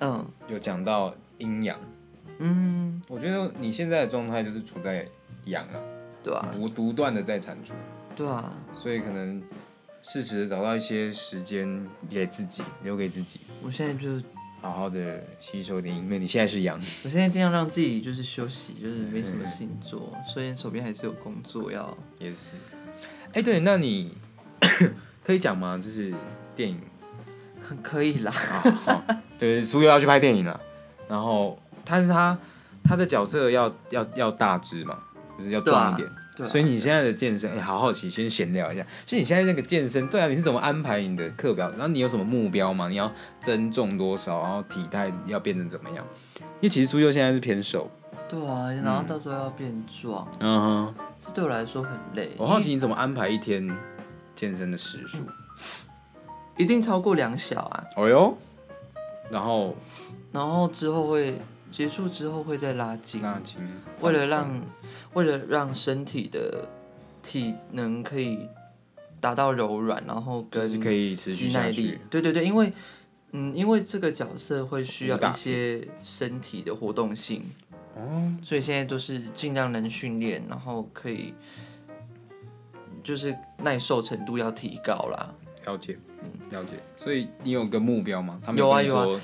Speaker 2: 嗯
Speaker 1: 有讲到阴阳，
Speaker 2: 嗯，
Speaker 1: 我觉得你现在的状态就是处在阳啊，
Speaker 2: 对啊，
Speaker 1: 不独断的在产出，
Speaker 2: 对啊。
Speaker 1: 所以可能适时地找到一些时间给自己，留给自己，
Speaker 2: 我现在就，
Speaker 1: 好好的吸收点，因为你现在是 阳，
Speaker 2: 我现在尽量让自己就是休息，就是没什么事情做，虽然手边还是有工作要。
Speaker 1: 也是。哎，对，那你 可以讲吗？就是电影
Speaker 2: 可以啦，
Speaker 1: 啊，好， 对，苏佑要去拍电影了，然后但是他他的角色要要要大只嘛，就是要壮一点。
Speaker 2: 对啊
Speaker 1: 所以你现在的健身，哎、好好奇，先闲聊一下。所以你现在那个健身，对啊，你是怎么安排你的课表？然后你有什么目标吗？你要增重多少？然后体态要变成怎么样？因为其实苏佑现在是偏瘦，
Speaker 2: 对啊，然后到时候要变壮，
Speaker 1: 嗯哼。
Speaker 2: 这对我来说很累。
Speaker 1: 我好奇你怎么安排一天健身的时数？
Speaker 2: 一，一定超过两小啊，
Speaker 1: 哦哟，然后
Speaker 2: 然后之后会结束之后会再拉筋，
Speaker 1: 拉筋，
Speaker 2: 为了让为了让身体的体能可以达到柔软，然后
Speaker 1: 就
Speaker 2: 跟
Speaker 1: 是可以持续
Speaker 2: 肌
Speaker 1: 下
Speaker 2: 耐
Speaker 1: 去
Speaker 2: 力。。对对对，因为嗯，因为这个角色会需要
Speaker 1: 武打
Speaker 2: 一些身体的活动性，
Speaker 1: 哦，
Speaker 2: 所以现在都是尽量能训练，然后可以就是耐受程度要提高啦。
Speaker 1: 了解，了解。所以你有个目标吗？他们
Speaker 2: 有啊
Speaker 1: 跟你
Speaker 2: 有啊
Speaker 1: 说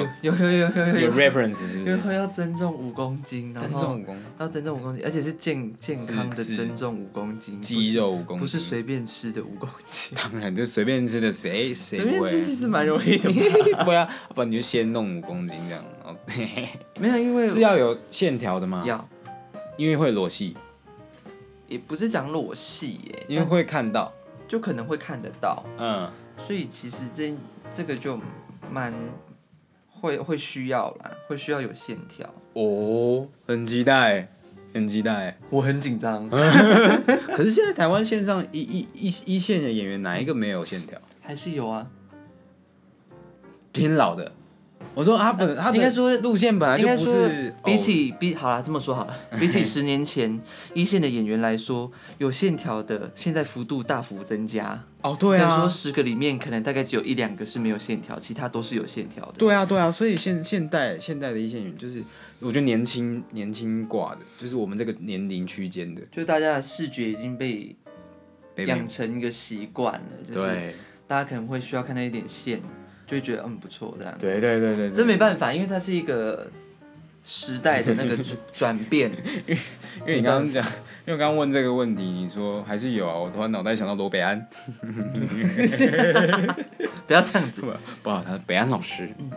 Speaker 1: 要
Speaker 2: 有有有有
Speaker 1: 有
Speaker 2: 有
Speaker 1: reference 是不
Speaker 2: 有
Speaker 1: 是？
Speaker 2: 有要增重五公斤，然
Speaker 1: 增
Speaker 2: 后
Speaker 1: 重五公斤
Speaker 2: 要增重五公斤，而且是健健康的
Speaker 1: 是是
Speaker 2: 增重五公斤，不
Speaker 1: 肌
Speaker 2: 是
Speaker 1: 肉五公斤，
Speaker 2: 不是随便吃的五公 斤，
Speaker 1: 当然，就随便吃的谁谁
Speaker 2: 随
Speaker 1: 不
Speaker 2: 便吃
Speaker 1: 会？
Speaker 2: 其实蛮容易的 嘛。
Speaker 1: 对啊，不然你就先弄五公斤这样，然后
Speaker 2: 没有，因为
Speaker 1: 是要有线条的吗？
Speaker 2: 要
Speaker 1: 因为会裸戏，
Speaker 2: 也不是讲裸戏耶，
Speaker 1: 因为会看到，
Speaker 2: 就可能会看得到，
Speaker 1: 嗯，
Speaker 2: 所以其实这这个就蛮会会需要啦，会需要有线条。
Speaker 1: 哦，很期待，很期待。
Speaker 2: 我很紧张，
Speaker 1: 可是现在台湾线上一一一一线的演员哪一个没有线条？
Speaker 2: 还是有啊。
Speaker 1: 偏老的，我说他本他的
Speaker 2: 呃应该说
Speaker 1: 路线本来
Speaker 2: 应
Speaker 1: 啊就不
Speaker 2: 该说
Speaker 1: 是，哦
Speaker 2: 比起比好啦，这么说好了，比起十年前 一线的演员来说，有线条的现在幅度大幅增加。
Speaker 1: 哦，对
Speaker 2: 可能
Speaker 1: 啊
Speaker 2: 说，十个里面可能大概只有一两个是没有线条，其他都是有线条的。
Speaker 1: 对啊，对啊，所以现现代现代的一线演员就是，我觉得年轻年轻挂的，就是我们这个年龄区间的，
Speaker 2: 就大家的视觉已经被
Speaker 1: 北美
Speaker 2: 养成一个习惯了，就是
Speaker 1: 对
Speaker 2: 大家可能会需要看到一点线，就会觉得嗯不错这样。
Speaker 1: 对对对对，
Speaker 2: 真没办法，因为它是一个时代的那 个转转变。
Speaker 1: 因为你刚刚讲，因为我刚刚问这个问题，你说还是有啊，我突然脑袋想到罗北安，
Speaker 2: 不要这样子，
Speaker 1: 不好，他是北安老师，
Speaker 2: 嗯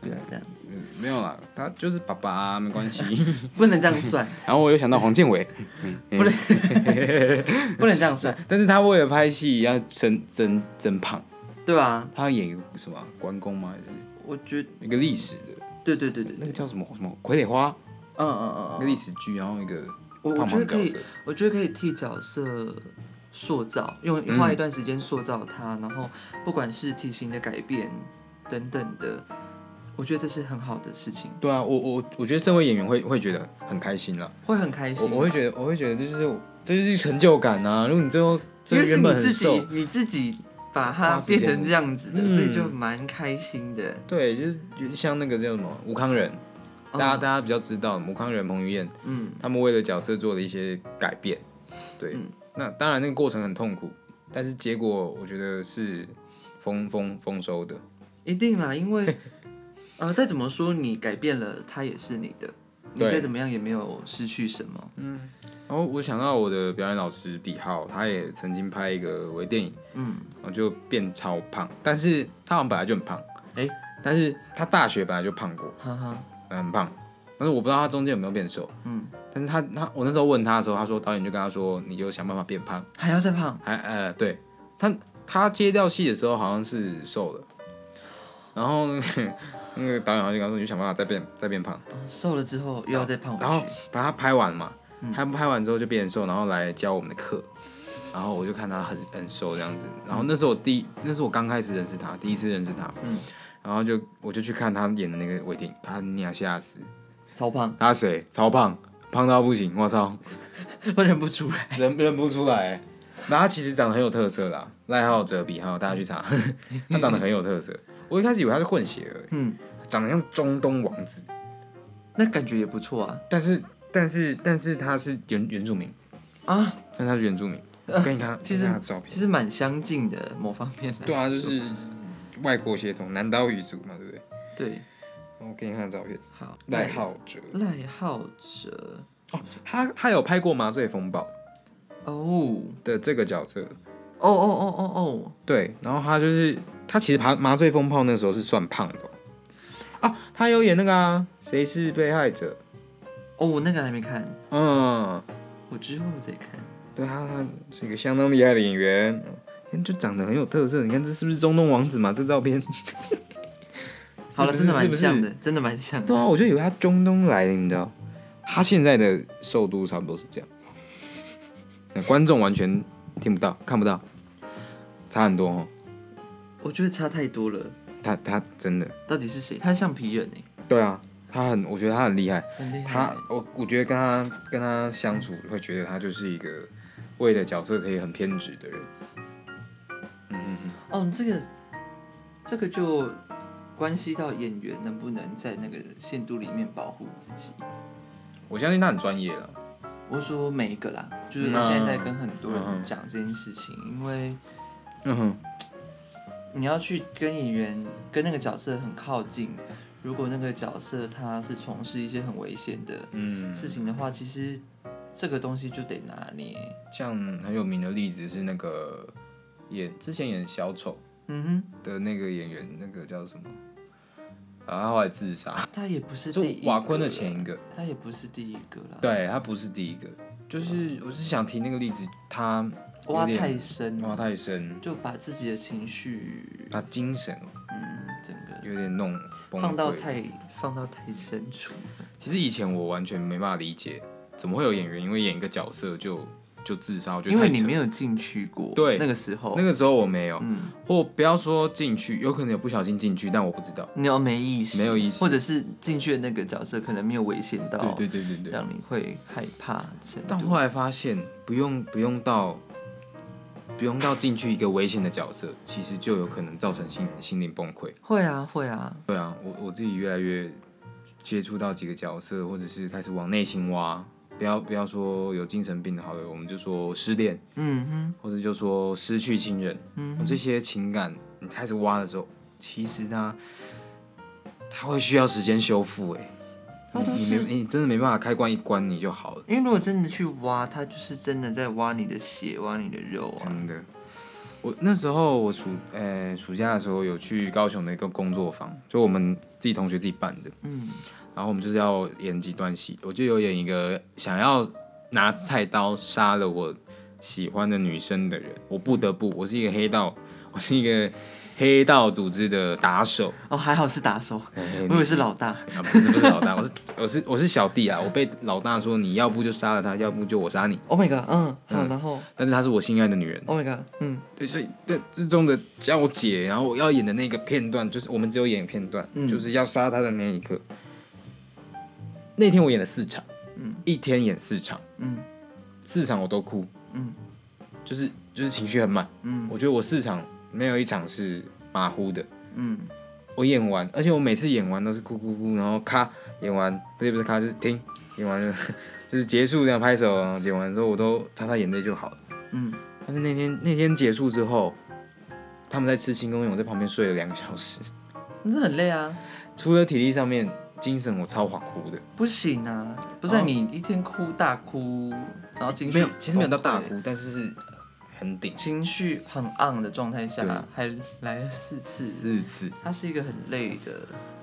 Speaker 2: 不要这样子，
Speaker 1: 嗯没有啦，他就是爸爸啊，没关系。
Speaker 2: 不能这样算，
Speaker 1: 然后我又想到黄建伟，
Speaker 2: 不能这样算，
Speaker 1: 但是他为了拍戏要增增增胖，
Speaker 2: 对吧、啊？
Speaker 1: 他要演一个什么啊关公吗？还是
Speaker 2: 我觉得，
Speaker 1: 一个历史的
Speaker 2: 对对对对，
Speaker 1: 那
Speaker 2: 对
Speaker 1: 个叫什么什么傀儡花，
Speaker 2: 嗯嗯嗯
Speaker 1: 一个
Speaker 2: 嗯，
Speaker 1: 历史剧，然后一个
Speaker 2: 哦我我
Speaker 1: 胖
Speaker 2: 觉
Speaker 1: 胖
Speaker 2: 得
Speaker 1: 的
Speaker 2: 可
Speaker 1: 角
Speaker 2: 以
Speaker 1: 色，，
Speaker 2: 我觉得可以替角色塑造，用
Speaker 1: 嗯
Speaker 2: 花一段时间塑造他，然后不管是体型的改变等等的，我觉得这是很好的事情，
Speaker 1: 对啊，我我我觉得身为演员会会觉得很开心啦。
Speaker 2: 会很开
Speaker 1: 我
Speaker 2: 心。啊
Speaker 1: 我会觉得，我会觉得这就是这就是成就感啊！如果你最后
Speaker 2: 因
Speaker 1: 真的
Speaker 2: 为是
Speaker 1: 原
Speaker 2: 你
Speaker 1: 本很
Speaker 2: 自
Speaker 1: 瘦
Speaker 2: 己，，你自己把
Speaker 1: 花
Speaker 2: 它
Speaker 1: 时间
Speaker 2: 变成这样子的，
Speaker 1: 嗯
Speaker 2: 所以就蛮开心的。
Speaker 1: 对，就是就是像那个叫什么吴康仁，大家、
Speaker 2: 嗯
Speaker 1: 大家比较知道吴康仁、彭于晏，
Speaker 2: 嗯，
Speaker 1: 他们为了角色做了一些改变。对，
Speaker 2: 嗯
Speaker 1: 那当然那个过程很痛苦，但是结果我觉得是丰丰丰收的。
Speaker 2: 一定啦，因为呃，再怎么说你改变了，它也是你的，你
Speaker 1: 对
Speaker 2: 再怎么样也没有失去什么。嗯，
Speaker 1: 然后我想到我的表演老师毕浩，他也曾经拍一个微电影，
Speaker 2: 嗯，
Speaker 1: 然后就变超胖，但是他好像本来就很胖，
Speaker 2: 诶
Speaker 1: 但是他大学本来就胖过，
Speaker 2: 哈哈，
Speaker 1: 呃很胖，但是我不知道他中间有没有变瘦，
Speaker 2: 嗯，
Speaker 1: 但是他他我那时候问他的时候，他说导演就跟他说，你就想办法变胖，
Speaker 2: 还要再胖，
Speaker 1: 还呃对，他他接掉戏的时候好像是瘦了，然后 那个导演好像就跟他说，你就想办法再变再变胖，
Speaker 2: 哦瘦了之后又要再胖
Speaker 1: 然后
Speaker 2: 回去，
Speaker 1: 把他拍完嘛，
Speaker 2: 嗯
Speaker 1: 他拍完之后就变瘦，然后来教我们的课，然后我就看他很很瘦这样子，然后那是我第一那是我刚开始认识他，第一次认识他，
Speaker 2: 嗯
Speaker 1: 然后就我就去看他演的那个微电影，他娘吓死，
Speaker 2: 超胖，
Speaker 1: 他啊谁超胖，胖到不行，我操，
Speaker 2: 我认不出来。
Speaker 1: 认认不出来。然后他其实长得很有特色啦，赖浩哲比浩，大家去 查，他长得很有特色。我一开始以为他是混血儿，
Speaker 2: 嗯，
Speaker 1: 长得像中东王子，
Speaker 2: 那感觉也不错啊
Speaker 1: 但是但是但是他是原原住民。
Speaker 2: 啊，
Speaker 1: 但他是原住民。我给你看，
Speaker 2: 其实
Speaker 1: 给你看他的照片，
Speaker 2: 其实蛮相近的，某方面来
Speaker 1: 对啊，就
Speaker 2: 说
Speaker 1: 是外国血统，南岛语族嘛，对不对？
Speaker 2: 对。
Speaker 1: 我给你看他的照片，
Speaker 2: 好，
Speaker 1: 赖浩哲，
Speaker 2: 赖浩哲
Speaker 1: 他他有拍过《麻醉风暴
Speaker 2: 哦。》
Speaker 1: 的这个角色，
Speaker 2: 哦哦哦哦
Speaker 1: 对，然后他就是他其实麻麻醉风暴那时候是算胖的哦、啊，他有演那个啊，谁是被害者？
Speaker 2: 哦哦，我那个还没看，
Speaker 1: 嗯，
Speaker 2: 我之后再看。
Speaker 1: 对他他是一个相当厉害的演员，嗯就长得很有特色。你看这是不是中东王子嘛？这照片，
Speaker 2: 好了，
Speaker 1: 是不是
Speaker 2: 真的蛮
Speaker 1: 是不是
Speaker 2: 像的，真的蛮像的。
Speaker 1: 对啊，我就以为他中东来的，你知道，他现在的瘦度差不多是这样，那观众完全听不到、看不到，差很多哦。
Speaker 2: 我觉得差太多了。
Speaker 1: 他他真的，
Speaker 2: 到底是谁？他是橡皮人哎、
Speaker 1: 对啊，他很，我觉得他很厉害。
Speaker 2: 很厉害
Speaker 1: 他，我我觉得跟他跟他相处，会觉得他就是一个为了角色可以很偏执的人。嗯嗯嗯，
Speaker 2: 哦，这个这个就关系到演员能不能在那个限度里面保护自己。
Speaker 1: 我相信他很专业了。
Speaker 2: 我说每一个啦，就是
Speaker 1: 嗯
Speaker 2: 我现在在跟很多
Speaker 1: 嗯
Speaker 2: 人
Speaker 1: 嗯
Speaker 2: 讲这件事情，因为
Speaker 1: 嗯哼，
Speaker 2: 你要去跟演员跟那个角色很靠近。如果那个角色他是从事一些很危险的
Speaker 1: 嗯，
Speaker 2: 事情的话，其实这个东西就得拿捏。
Speaker 1: 像很有名的例子是那个演之前演小丑。
Speaker 2: 嗯
Speaker 1: 的那个演员，那个叫什么？啊，他后来自杀，
Speaker 2: 哼，他也不是
Speaker 1: 就
Speaker 2: 第一个啊
Speaker 1: 瓦昆的前一个，
Speaker 2: 他也不是第一个啦。
Speaker 1: 对他不是第一个，就是我是想提那个例子，他
Speaker 2: 挖
Speaker 1: 有点
Speaker 2: 太深，
Speaker 1: 挖太深，
Speaker 2: 就把自己的情绪，
Speaker 1: 他精神
Speaker 2: 嗯，整个
Speaker 1: 有点弄崩溃
Speaker 2: 放到太放到太深处。
Speaker 1: 其实以前我完全没办法理解，怎么会有演员因为演一个角色就就自杀？我觉得
Speaker 2: 因为
Speaker 1: 太
Speaker 2: 你
Speaker 1: 扯
Speaker 2: 没有进去过，
Speaker 1: 对
Speaker 2: 那个时候，
Speaker 1: 那个时候我没有，
Speaker 2: 嗯，
Speaker 1: 或不要说进去，有可能有不小心进去，但我不知道。
Speaker 2: 你要没意识，
Speaker 1: 没有意识
Speaker 2: 或者是进去的那个角色可能没有危险到，
Speaker 1: 对对对对对。
Speaker 2: 让你会害怕程
Speaker 1: 但
Speaker 2: 度。
Speaker 1: 后来发现，不用不用到不用到进去一个危险的角色，其实就有可能造成心心灵崩溃。
Speaker 2: 会啊，会啊，
Speaker 1: 对啊，我我自己越来越接触到几个角色，或者是开始往内心挖。不要不要说有精神病的好了，我们就说失恋，
Speaker 2: 嗯
Speaker 1: 或者就说失去亲人，
Speaker 2: 哼，嗯哼，
Speaker 1: 这些情感你开始挖的时候，其实它它会需要时间修复、欸。
Speaker 2: 它都
Speaker 1: 你你
Speaker 2: 是
Speaker 1: 没你真的没办法开关一关你就好了，
Speaker 2: 因为如果真的去挖，它就是真的在挖你的血，挖你的肉啊。
Speaker 1: 真的，我那时候我暑呃暑假的时候有去高雄的一个工作坊，就我们自己同学自己办的，
Speaker 2: 嗯，
Speaker 1: 然后我们就是要演几段戏，我就有演一个想要拿菜刀杀了我喜欢的女生的人，我不得不，我是一个黑道， 我是一个黑道组织的打手，
Speaker 2: 哦，还好是打手，
Speaker 1: 哎
Speaker 2: 我以为是老 大。
Speaker 1: 啊不是不是老大，我是我是我是小弟啊，我被老大说你要不就杀了他，要不就我杀你，
Speaker 2: Oh my god，嗯，好，然后
Speaker 1: 但是她是我心爱的女人。
Speaker 2: Oh my god，嗯
Speaker 1: 对，所以这之中的交解，然后我要演的那个片段，就是我们只有演片段，
Speaker 2: 嗯
Speaker 1: 就是要杀他的那一刻。那天我演了四场，
Speaker 2: 嗯
Speaker 1: 一天演四场，
Speaker 2: 嗯
Speaker 1: 四场我都哭，
Speaker 2: 嗯
Speaker 1: 就是就是情绪很满。
Speaker 2: 嗯
Speaker 1: 我觉得我四场没有一场是马虎的，
Speaker 2: 嗯，
Speaker 1: 我演完，而且我每次演完都是哭哭哭，然后咔演完，不是不是咔就是停，演完就 就是结束这样拍手，然后演完之后我都擦擦眼泪就好了。
Speaker 2: 嗯，
Speaker 1: 但是那天那天结束之后，他们在吃庆功宴，我在旁边睡了两个小时，
Speaker 2: 你这很累啊。
Speaker 1: 除了体力上面，精神我超恍惚的，
Speaker 2: 不行啊！不是、
Speaker 1: 哦
Speaker 2: 你一天哭大哭，然后情绪
Speaker 1: 没有，其实没有到大
Speaker 2: 崩
Speaker 1: 哭，但是是很顶
Speaker 2: 溃，情绪很 on 的状态
Speaker 1: 对
Speaker 2: 下，还来了四次，
Speaker 1: 四次，
Speaker 2: 它是一个很累的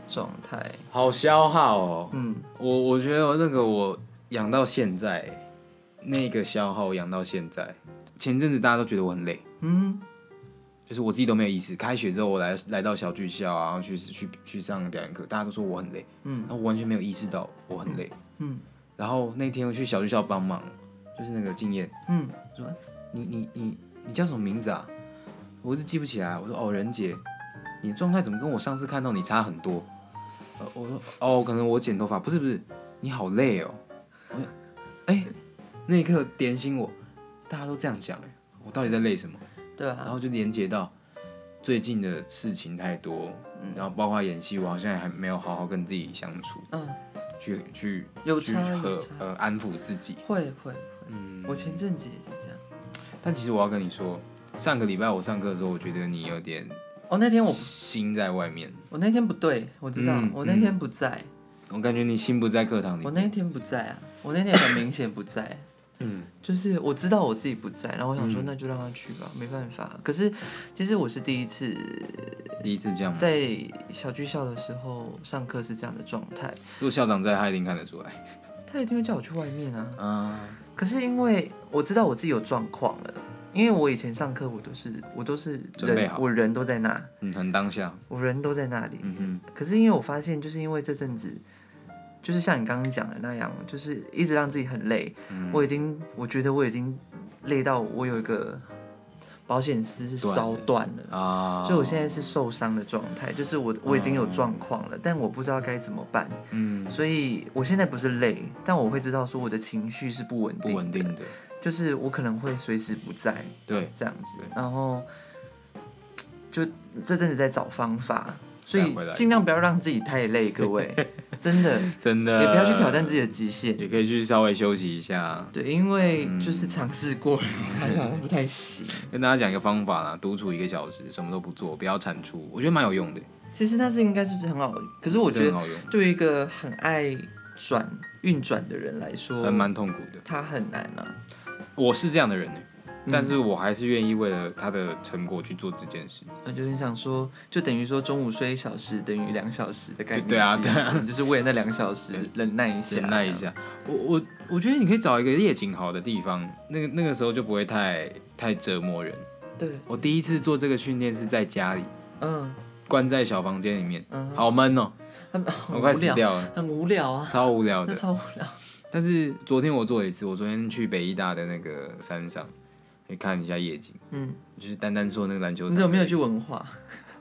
Speaker 2: 状态。
Speaker 1: 好消耗哦。
Speaker 2: 嗯，
Speaker 1: 我我觉得我那个我养到现在，那个消耗我养到现在。前阵子大家都觉得我很累，
Speaker 2: 嗯，
Speaker 1: 就是我自己都没有意识。开学之后，我来来到小剧校啊，然后去去去上表演课，大家都说我很累，
Speaker 2: 嗯
Speaker 1: 然后我完全没有意识到我很累，
Speaker 2: 嗯
Speaker 1: 然后那天我去小剧校帮忙，就是那个经验，
Speaker 2: 嗯，
Speaker 1: 你你你你叫什么名字啊？我一直记不起来。我说哦，任姐，你的状态怎么跟我上次看到你差很多？呃，我说哦，可能我剪头发，不是不是，你好累哦。我说哎，那一刻点醒我，大家都这样讲哎，我到底在累什么？
Speaker 2: 对
Speaker 1: 然
Speaker 2: 啊，
Speaker 1: 后就连接到最近的事情太多，然后包括演戏，我好像还没有好好跟自己相处，
Speaker 2: 嗯，
Speaker 1: 去去
Speaker 2: 有
Speaker 1: 去
Speaker 2: 差有
Speaker 1: 和
Speaker 2: 差，
Speaker 1: 呃安抚自己。
Speaker 2: 会会会，我前阵子也是这样。
Speaker 1: 但其实我要跟你说，上个礼拜我上课的时候，我觉得你有点
Speaker 2: 哦，那天我
Speaker 1: 心在外面，
Speaker 2: 我那天不对，我知道，
Speaker 1: 嗯
Speaker 2: 我那天不在，
Speaker 1: 我感觉你心不在课堂里
Speaker 2: 我。那天不在啊，我那天很明显不在。
Speaker 1: 嗯，
Speaker 2: 就是我知道我自己不在，然后我想说
Speaker 1: 嗯
Speaker 2: 那就让他去吧，没办法。可是其实我是第一次
Speaker 1: 第一次这样吗？
Speaker 2: 在小剧校的时候上课是这样的状态，
Speaker 1: 如果校长在，他一定看得出来。
Speaker 2: 他一定会叫我去外面啊。
Speaker 1: 啊，
Speaker 2: 可是因为我知道我自己有状况了，因为我以前上课我都是我都是
Speaker 1: 准备
Speaker 2: 人
Speaker 1: 好
Speaker 2: 我人都在那，
Speaker 1: 嗯，很当下。
Speaker 2: 我人都在那里。
Speaker 1: 嗯
Speaker 2: 可是因为我发现，就是因为这阵子，就是像你刚刚讲的那样，就是一直让自己很累。
Speaker 1: 嗯
Speaker 2: 我已经，我觉得我已经累到我有一个保险丝是烧断了，
Speaker 1: 哼，啊，
Speaker 2: 所以我现在是受伤的状态，就是我我已经有状况了，但我不知道该怎么办。
Speaker 1: 嗯
Speaker 2: 所以我现在不是累，但我会知道说我的情绪是不稳定，
Speaker 1: 不稳定，的，
Speaker 2: 就是我可能会随时不在
Speaker 1: 对，
Speaker 2: 这样子
Speaker 1: 对，
Speaker 2: 然后就这阵子在找方法，所
Speaker 1: 再
Speaker 2: 以
Speaker 1: 回来
Speaker 2: 尽量不要让自己太累，各位， 真的
Speaker 1: 真的
Speaker 2: 嗯也不要去挑战自己的极限。
Speaker 1: 也可以去稍微休息一下。
Speaker 2: 对，因为
Speaker 1: 嗯
Speaker 2: 就是尝试过了，好像不太行。
Speaker 1: 跟大家讲一个方法啦，独处一个小时，什么都不做，不要产出，我觉得蛮有用的。
Speaker 2: 其实那是应该是很好，可是我觉
Speaker 1: 真的
Speaker 2: 得
Speaker 1: 很好用，
Speaker 2: 对于一个很爱转运转的人来说
Speaker 1: 还，蛮痛苦的。
Speaker 2: 他很难啊。
Speaker 1: 我是这样的人呢，
Speaker 2: 嗯
Speaker 1: 但是我还是愿意为了他的成果去做这件事。
Speaker 2: 我就是想说，就等于说中午睡一小时等于两小时的概念。
Speaker 1: 对对啊
Speaker 2: 对啊，就是为了那两小时忍耐一下，
Speaker 1: 忍耐一。下。我我我觉得你可以找一个夜景好的地方，那个那个时候就不会太太折磨人。
Speaker 2: 对，
Speaker 1: 我第一次做这个训练是在家里，
Speaker 2: 嗯
Speaker 1: 关在小房间里面，
Speaker 2: 嗯哼。
Speaker 1: 好闷哦、
Speaker 2: 很很
Speaker 1: 我
Speaker 2: 无
Speaker 1: 快死
Speaker 2: 聊，
Speaker 1: 掉 了，
Speaker 2: 很无聊啊，
Speaker 1: 超无聊
Speaker 2: 那
Speaker 1: 的。
Speaker 2: 超无聊。
Speaker 1: 但是昨天我做了一次，我昨天去北医大的那个山上去看一下夜景，
Speaker 2: 嗯，
Speaker 1: 就是丹丹说那个篮球场。
Speaker 2: 你怎么没有去文化？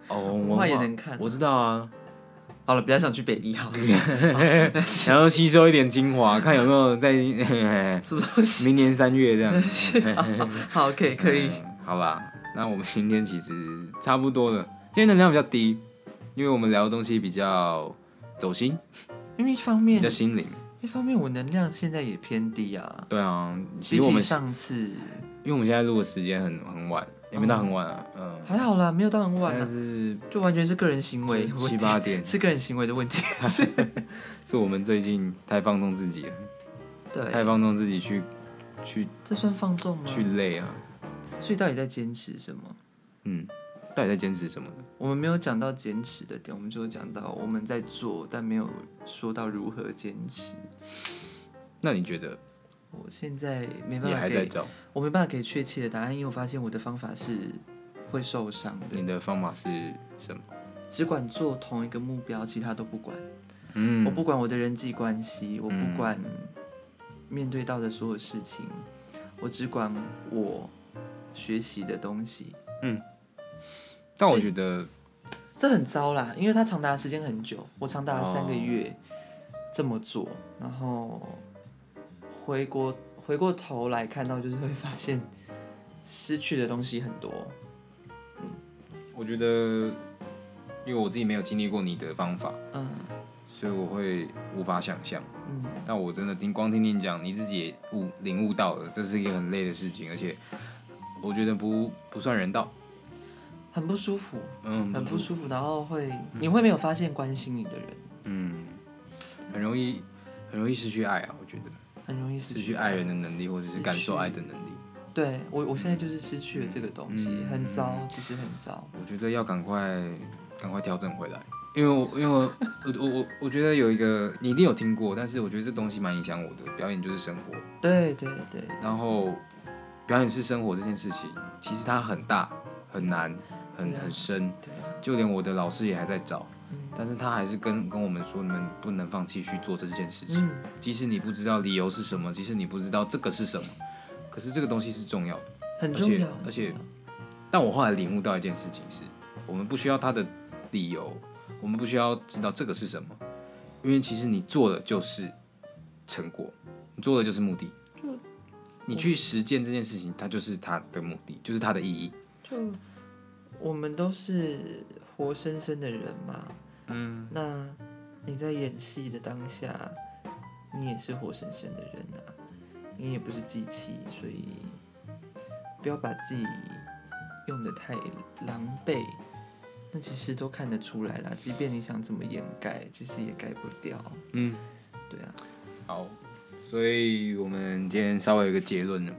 Speaker 1: 哦，
Speaker 2: 文
Speaker 1: 文
Speaker 2: 化
Speaker 1: 化
Speaker 2: 也能看。
Speaker 1: 我知道啊，
Speaker 2: 好了，不要想去北一好了，
Speaker 1: 想要吸收一点精华，看有没 有在
Speaker 2: 是不是？
Speaker 1: 明年三月这样。
Speaker 2: 好，可以可以。
Speaker 1: 嗯好吧，那我们今天其实差不多了，今天能量比较低，因为我们聊的东西比较走心，
Speaker 2: 因为一方
Speaker 1: 比
Speaker 2: 面
Speaker 1: 较，心灵。
Speaker 2: 一方面我能量现在也偏低啊，
Speaker 1: 对啊，其
Speaker 2: 比
Speaker 1: 实我
Speaker 2: 起
Speaker 1: 们
Speaker 2: 上次
Speaker 1: 因为我们现在录的时间很很晚，也没到很晚啊，嗯，
Speaker 2: 还好啦，没有到很晚
Speaker 1: 现在
Speaker 2: 啊，
Speaker 1: 是
Speaker 2: 就完全是个人行为问
Speaker 1: 七
Speaker 2: 题，
Speaker 1: 八点，
Speaker 2: 是个人行为的问题。
Speaker 1: 是我们最近太放纵自己了，太
Speaker 2: 对，
Speaker 1: 放纵自己去去
Speaker 2: 这算放纵吗？
Speaker 1: 去累啊，
Speaker 2: 所以到底在坚持什么？
Speaker 1: 嗯，到底在坚持什么呢？
Speaker 2: 我们没有讲到坚持的点，我们只有讲到我们在做，但没有说到如何坚持。
Speaker 1: 那你觉得
Speaker 2: 我现在没办
Speaker 1: 你
Speaker 2: 法
Speaker 1: 还
Speaker 2: 给
Speaker 1: 在找
Speaker 2: 我没办法给确切的答案，因为我发现我的方法是会受伤的，
Speaker 1: 你的方法是什么？
Speaker 2: 只管做同一个目标，其他都不管。
Speaker 1: 嗯
Speaker 2: 我不管我的人际关系，我
Speaker 1: 嗯
Speaker 2: 不管面对到的所有事情，我只管我学习的东西。
Speaker 1: 但我觉得
Speaker 2: 这很糟啦，因为它长达的时间很久，我长达了
Speaker 1: 哦
Speaker 2: 三个月这么做，然后回过回过头来看到，就是会发现失去的东西很多。
Speaker 1: 我觉得，因为我自己没有经历过你的方法，
Speaker 2: 嗯
Speaker 1: 所以我会无法想象。
Speaker 2: 嗯。
Speaker 1: 但我真的听光听你讲，你自己也悟领悟到了，这是一个很累的事情，而且我觉得不不算人道。
Speaker 2: 很不舒服，
Speaker 1: 嗯，
Speaker 2: 很不舒服，然后会你会没有发现关心你的人，
Speaker 1: 嗯，很容易很容易失去爱啊，我觉得
Speaker 2: 很容易失
Speaker 1: 失去爱人的能力，或者是感受爱的能力。
Speaker 2: 对我，我现在就是失去了这个东西，
Speaker 1: 嗯
Speaker 2: 很糟，其实很糟。
Speaker 1: 我觉得要赶快赶快调整回来，因为我因为我我我我我觉得有一个你一定有听过，但是我觉得这东西蛮影响我的。表演就是生活，
Speaker 2: 对对对，
Speaker 1: 然后表演是生活这件事情，其实它很大很难很
Speaker 2: 对啊
Speaker 1: 很深，
Speaker 2: 对啊
Speaker 1: 就连我的老师也还在找
Speaker 2: 嗯，
Speaker 1: 但是他还是跟跟我们说，你们不能放弃去做这件事情。
Speaker 2: 嗯，
Speaker 1: 即使你不知道理由是什么，即使你不知道这个是什么，可是这个东西是重要的。
Speaker 2: 很
Speaker 1: 而
Speaker 2: 重
Speaker 1: 且
Speaker 2: 要。
Speaker 1: 而且
Speaker 2: 很重
Speaker 1: 但我后来领悟到一件事情是，我们不需要它的理由，我们不需要知道这个是什么，因为其实你做的就是成果，你做的就是目的。你去实践这件事情，它就是它的目的，就是它的意义。
Speaker 2: 要我们都是活生生的人嘛。嗯，那你在演戏的当下，你也是活生生的人啊，你也不是机器，所以不要把自己用的太狼狈。那其实都看得出来啦，即便你想怎么掩盖，其实也盖不掉。
Speaker 1: 嗯，
Speaker 2: 对啊，
Speaker 1: 好，所以我们今天稍微有一个结论了，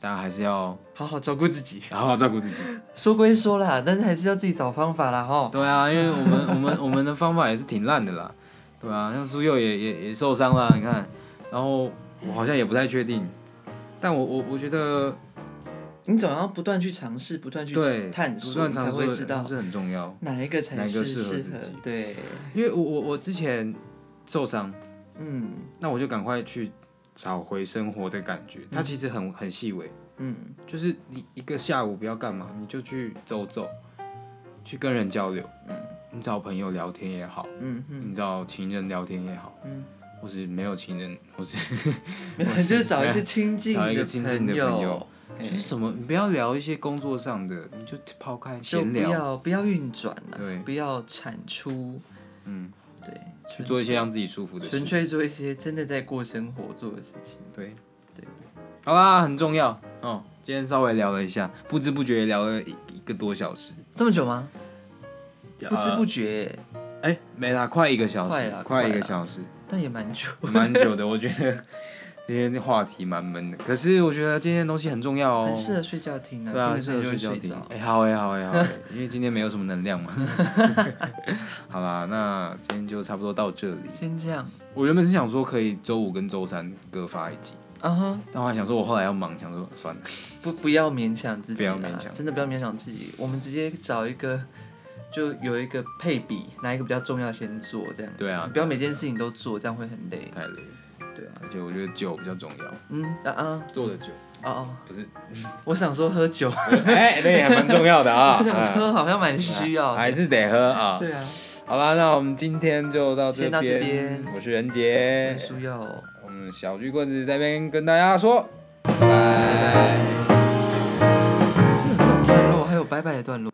Speaker 1: 大家还是要
Speaker 2: 好好照顾自己。
Speaker 1: 好好照顾自己。
Speaker 2: 说归说啦，但是还是要自己找方法啦哈。
Speaker 1: 对啊，因为我们我们我们的方法也是挺烂的 啦，对啊，像苏佑也也也受伤啦，你看，然后我好像也不太确定，但我我我觉得
Speaker 2: 你总要不断去尝试，不断去
Speaker 1: 对，
Speaker 2: 探
Speaker 1: 不
Speaker 2: 索，
Speaker 1: 断
Speaker 2: 你
Speaker 1: 尝
Speaker 2: 才
Speaker 1: 试
Speaker 2: 会知道
Speaker 1: 是很重要，
Speaker 2: 哪一个才
Speaker 1: 哪一
Speaker 2: 是
Speaker 1: 个适合
Speaker 2: 适
Speaker 1: 自己
Speaker 2: 对，
Speaker 1: 因为我我我之前受伤，
Speaker 2: 嗯
Speaker 1: 那我就赶快去找回生活的感觉，它其实很很细微，
Speaker 2: 嗯，
Speaker 1: 就是你一个下午不要干嘛，你就去走走，去跟人交流，嗯，你找朋友聊天也好，
Speaker 2: 嗯
Speaker 1: 你找情人聊天也好，
Speaker 2: 嗯
Speaker 1: 或是没有情人，或是
Speaker 2: 就是找一些亲近
Speaker 1: 哎找一
Speaker 2: 的
Speaker 1: 个亲近的朋友就
Speaker 2: 哎
Speaker 1: 是什么，你不要聊一些工作上的，你就抛开
Speaker 2: 就
Speaker 1: 闲
Speaker 2: 不
Speaker 1: 聊，
Speaker 2: 要不要运转了，
Speaker 1: 对
Speaker 2: 不要产出，
Speaker 1: 嗯，
Speaker 2: 对，
Speaker 1: 去做一些让自己舒服的
Speaker 2: 纯纯
Speaker 1: 事。
Speaker 2: 粹做一些真的在过生活做的事情。
Speaker 1: 对
Speaker 2: 对，
Speaker 1: 好啦，很重要哦。今天稍微聊了一下，不知不觉聊了一一个多小时，
Speaker 2: 这么久吗？
Speaker 1: 呃
Speaker 2: 不知不觉欸，
Speaker 1: 哎、没啦，快一个小
Speaker 2: 快
Speaker 1: 时
Speaker 2: 啦，
Speaker 1: 快一
Speaker 2: 快
Speaker 1: 个
Speaker 2: 啦
Speaker 1: 小时，
Speaker 2: 但也蛮久。
Speaker 1: 蛮久的。我觉得 今天话题蛮闷的，可是我觉得今天的东西很重要哦
Speaker 2: 很。适合睡觉听啊，
Speaker 1: 对啊，
Speaker 2: 听
Speaker 1: 适合
Speaker 2: 着就
Speaker 1: 睡
Speaker 2: 会
Speaker 1: 觉
Speaker 2: 睡
Speaker 1: 听
Speaker 2: 着。。
Speaker 1: 哎、好哎、好哎、好哎、因为今天没有什么能量嘛。 好啦，那今天就差不多到这里。
Speaker 2: 先这样
Speaker 1: 我原本是想说可以周五跟周三各发一集，
Speaker 2: 啊哈，
Speaker 1: 但我还想说我后来要忙，想说算了。
Speaker 2: 不不要勉强自己啦，
Speaker 1: 不要勉强
Speaker 2: 真的不要勉强自己。我们直接找一个，就有一个配比，哪一个比较重要先做这样子。
Speaker 1: 对啊
Speaker 2: 不要每件事情都做，这样会很累。
Speaker 1: 太累了，
Speaker 2: 对啊，
Speaker 1: 而且我觉得酒比较重要，
Speaker 2: 嗯啊啊
Speaker 1: 做的酒
Speaker 2: 哦哦，
Speaker 1: 不 是，
Speaker 2: 我想说喝酒，
Speaker 1: 哎、那也还蛮重要的啊
Speaker 2: 我想喝好像蛮需要
Speaker 1: 还
Speaker 2: 的。
Speaker 1: 是得喝啊。
Speaker 2: 对啊，
Speaker 1: 好啦，那我们今天就到这
Speaker 2: 先到这边
Speaker 1: 我是任杰，
Speaker 2: 需要。
Speaker 1: 我们小巨棍子这边跟大家说，拜拜
Speaker 2: 哦是有这种段落，还有拜拜的段落。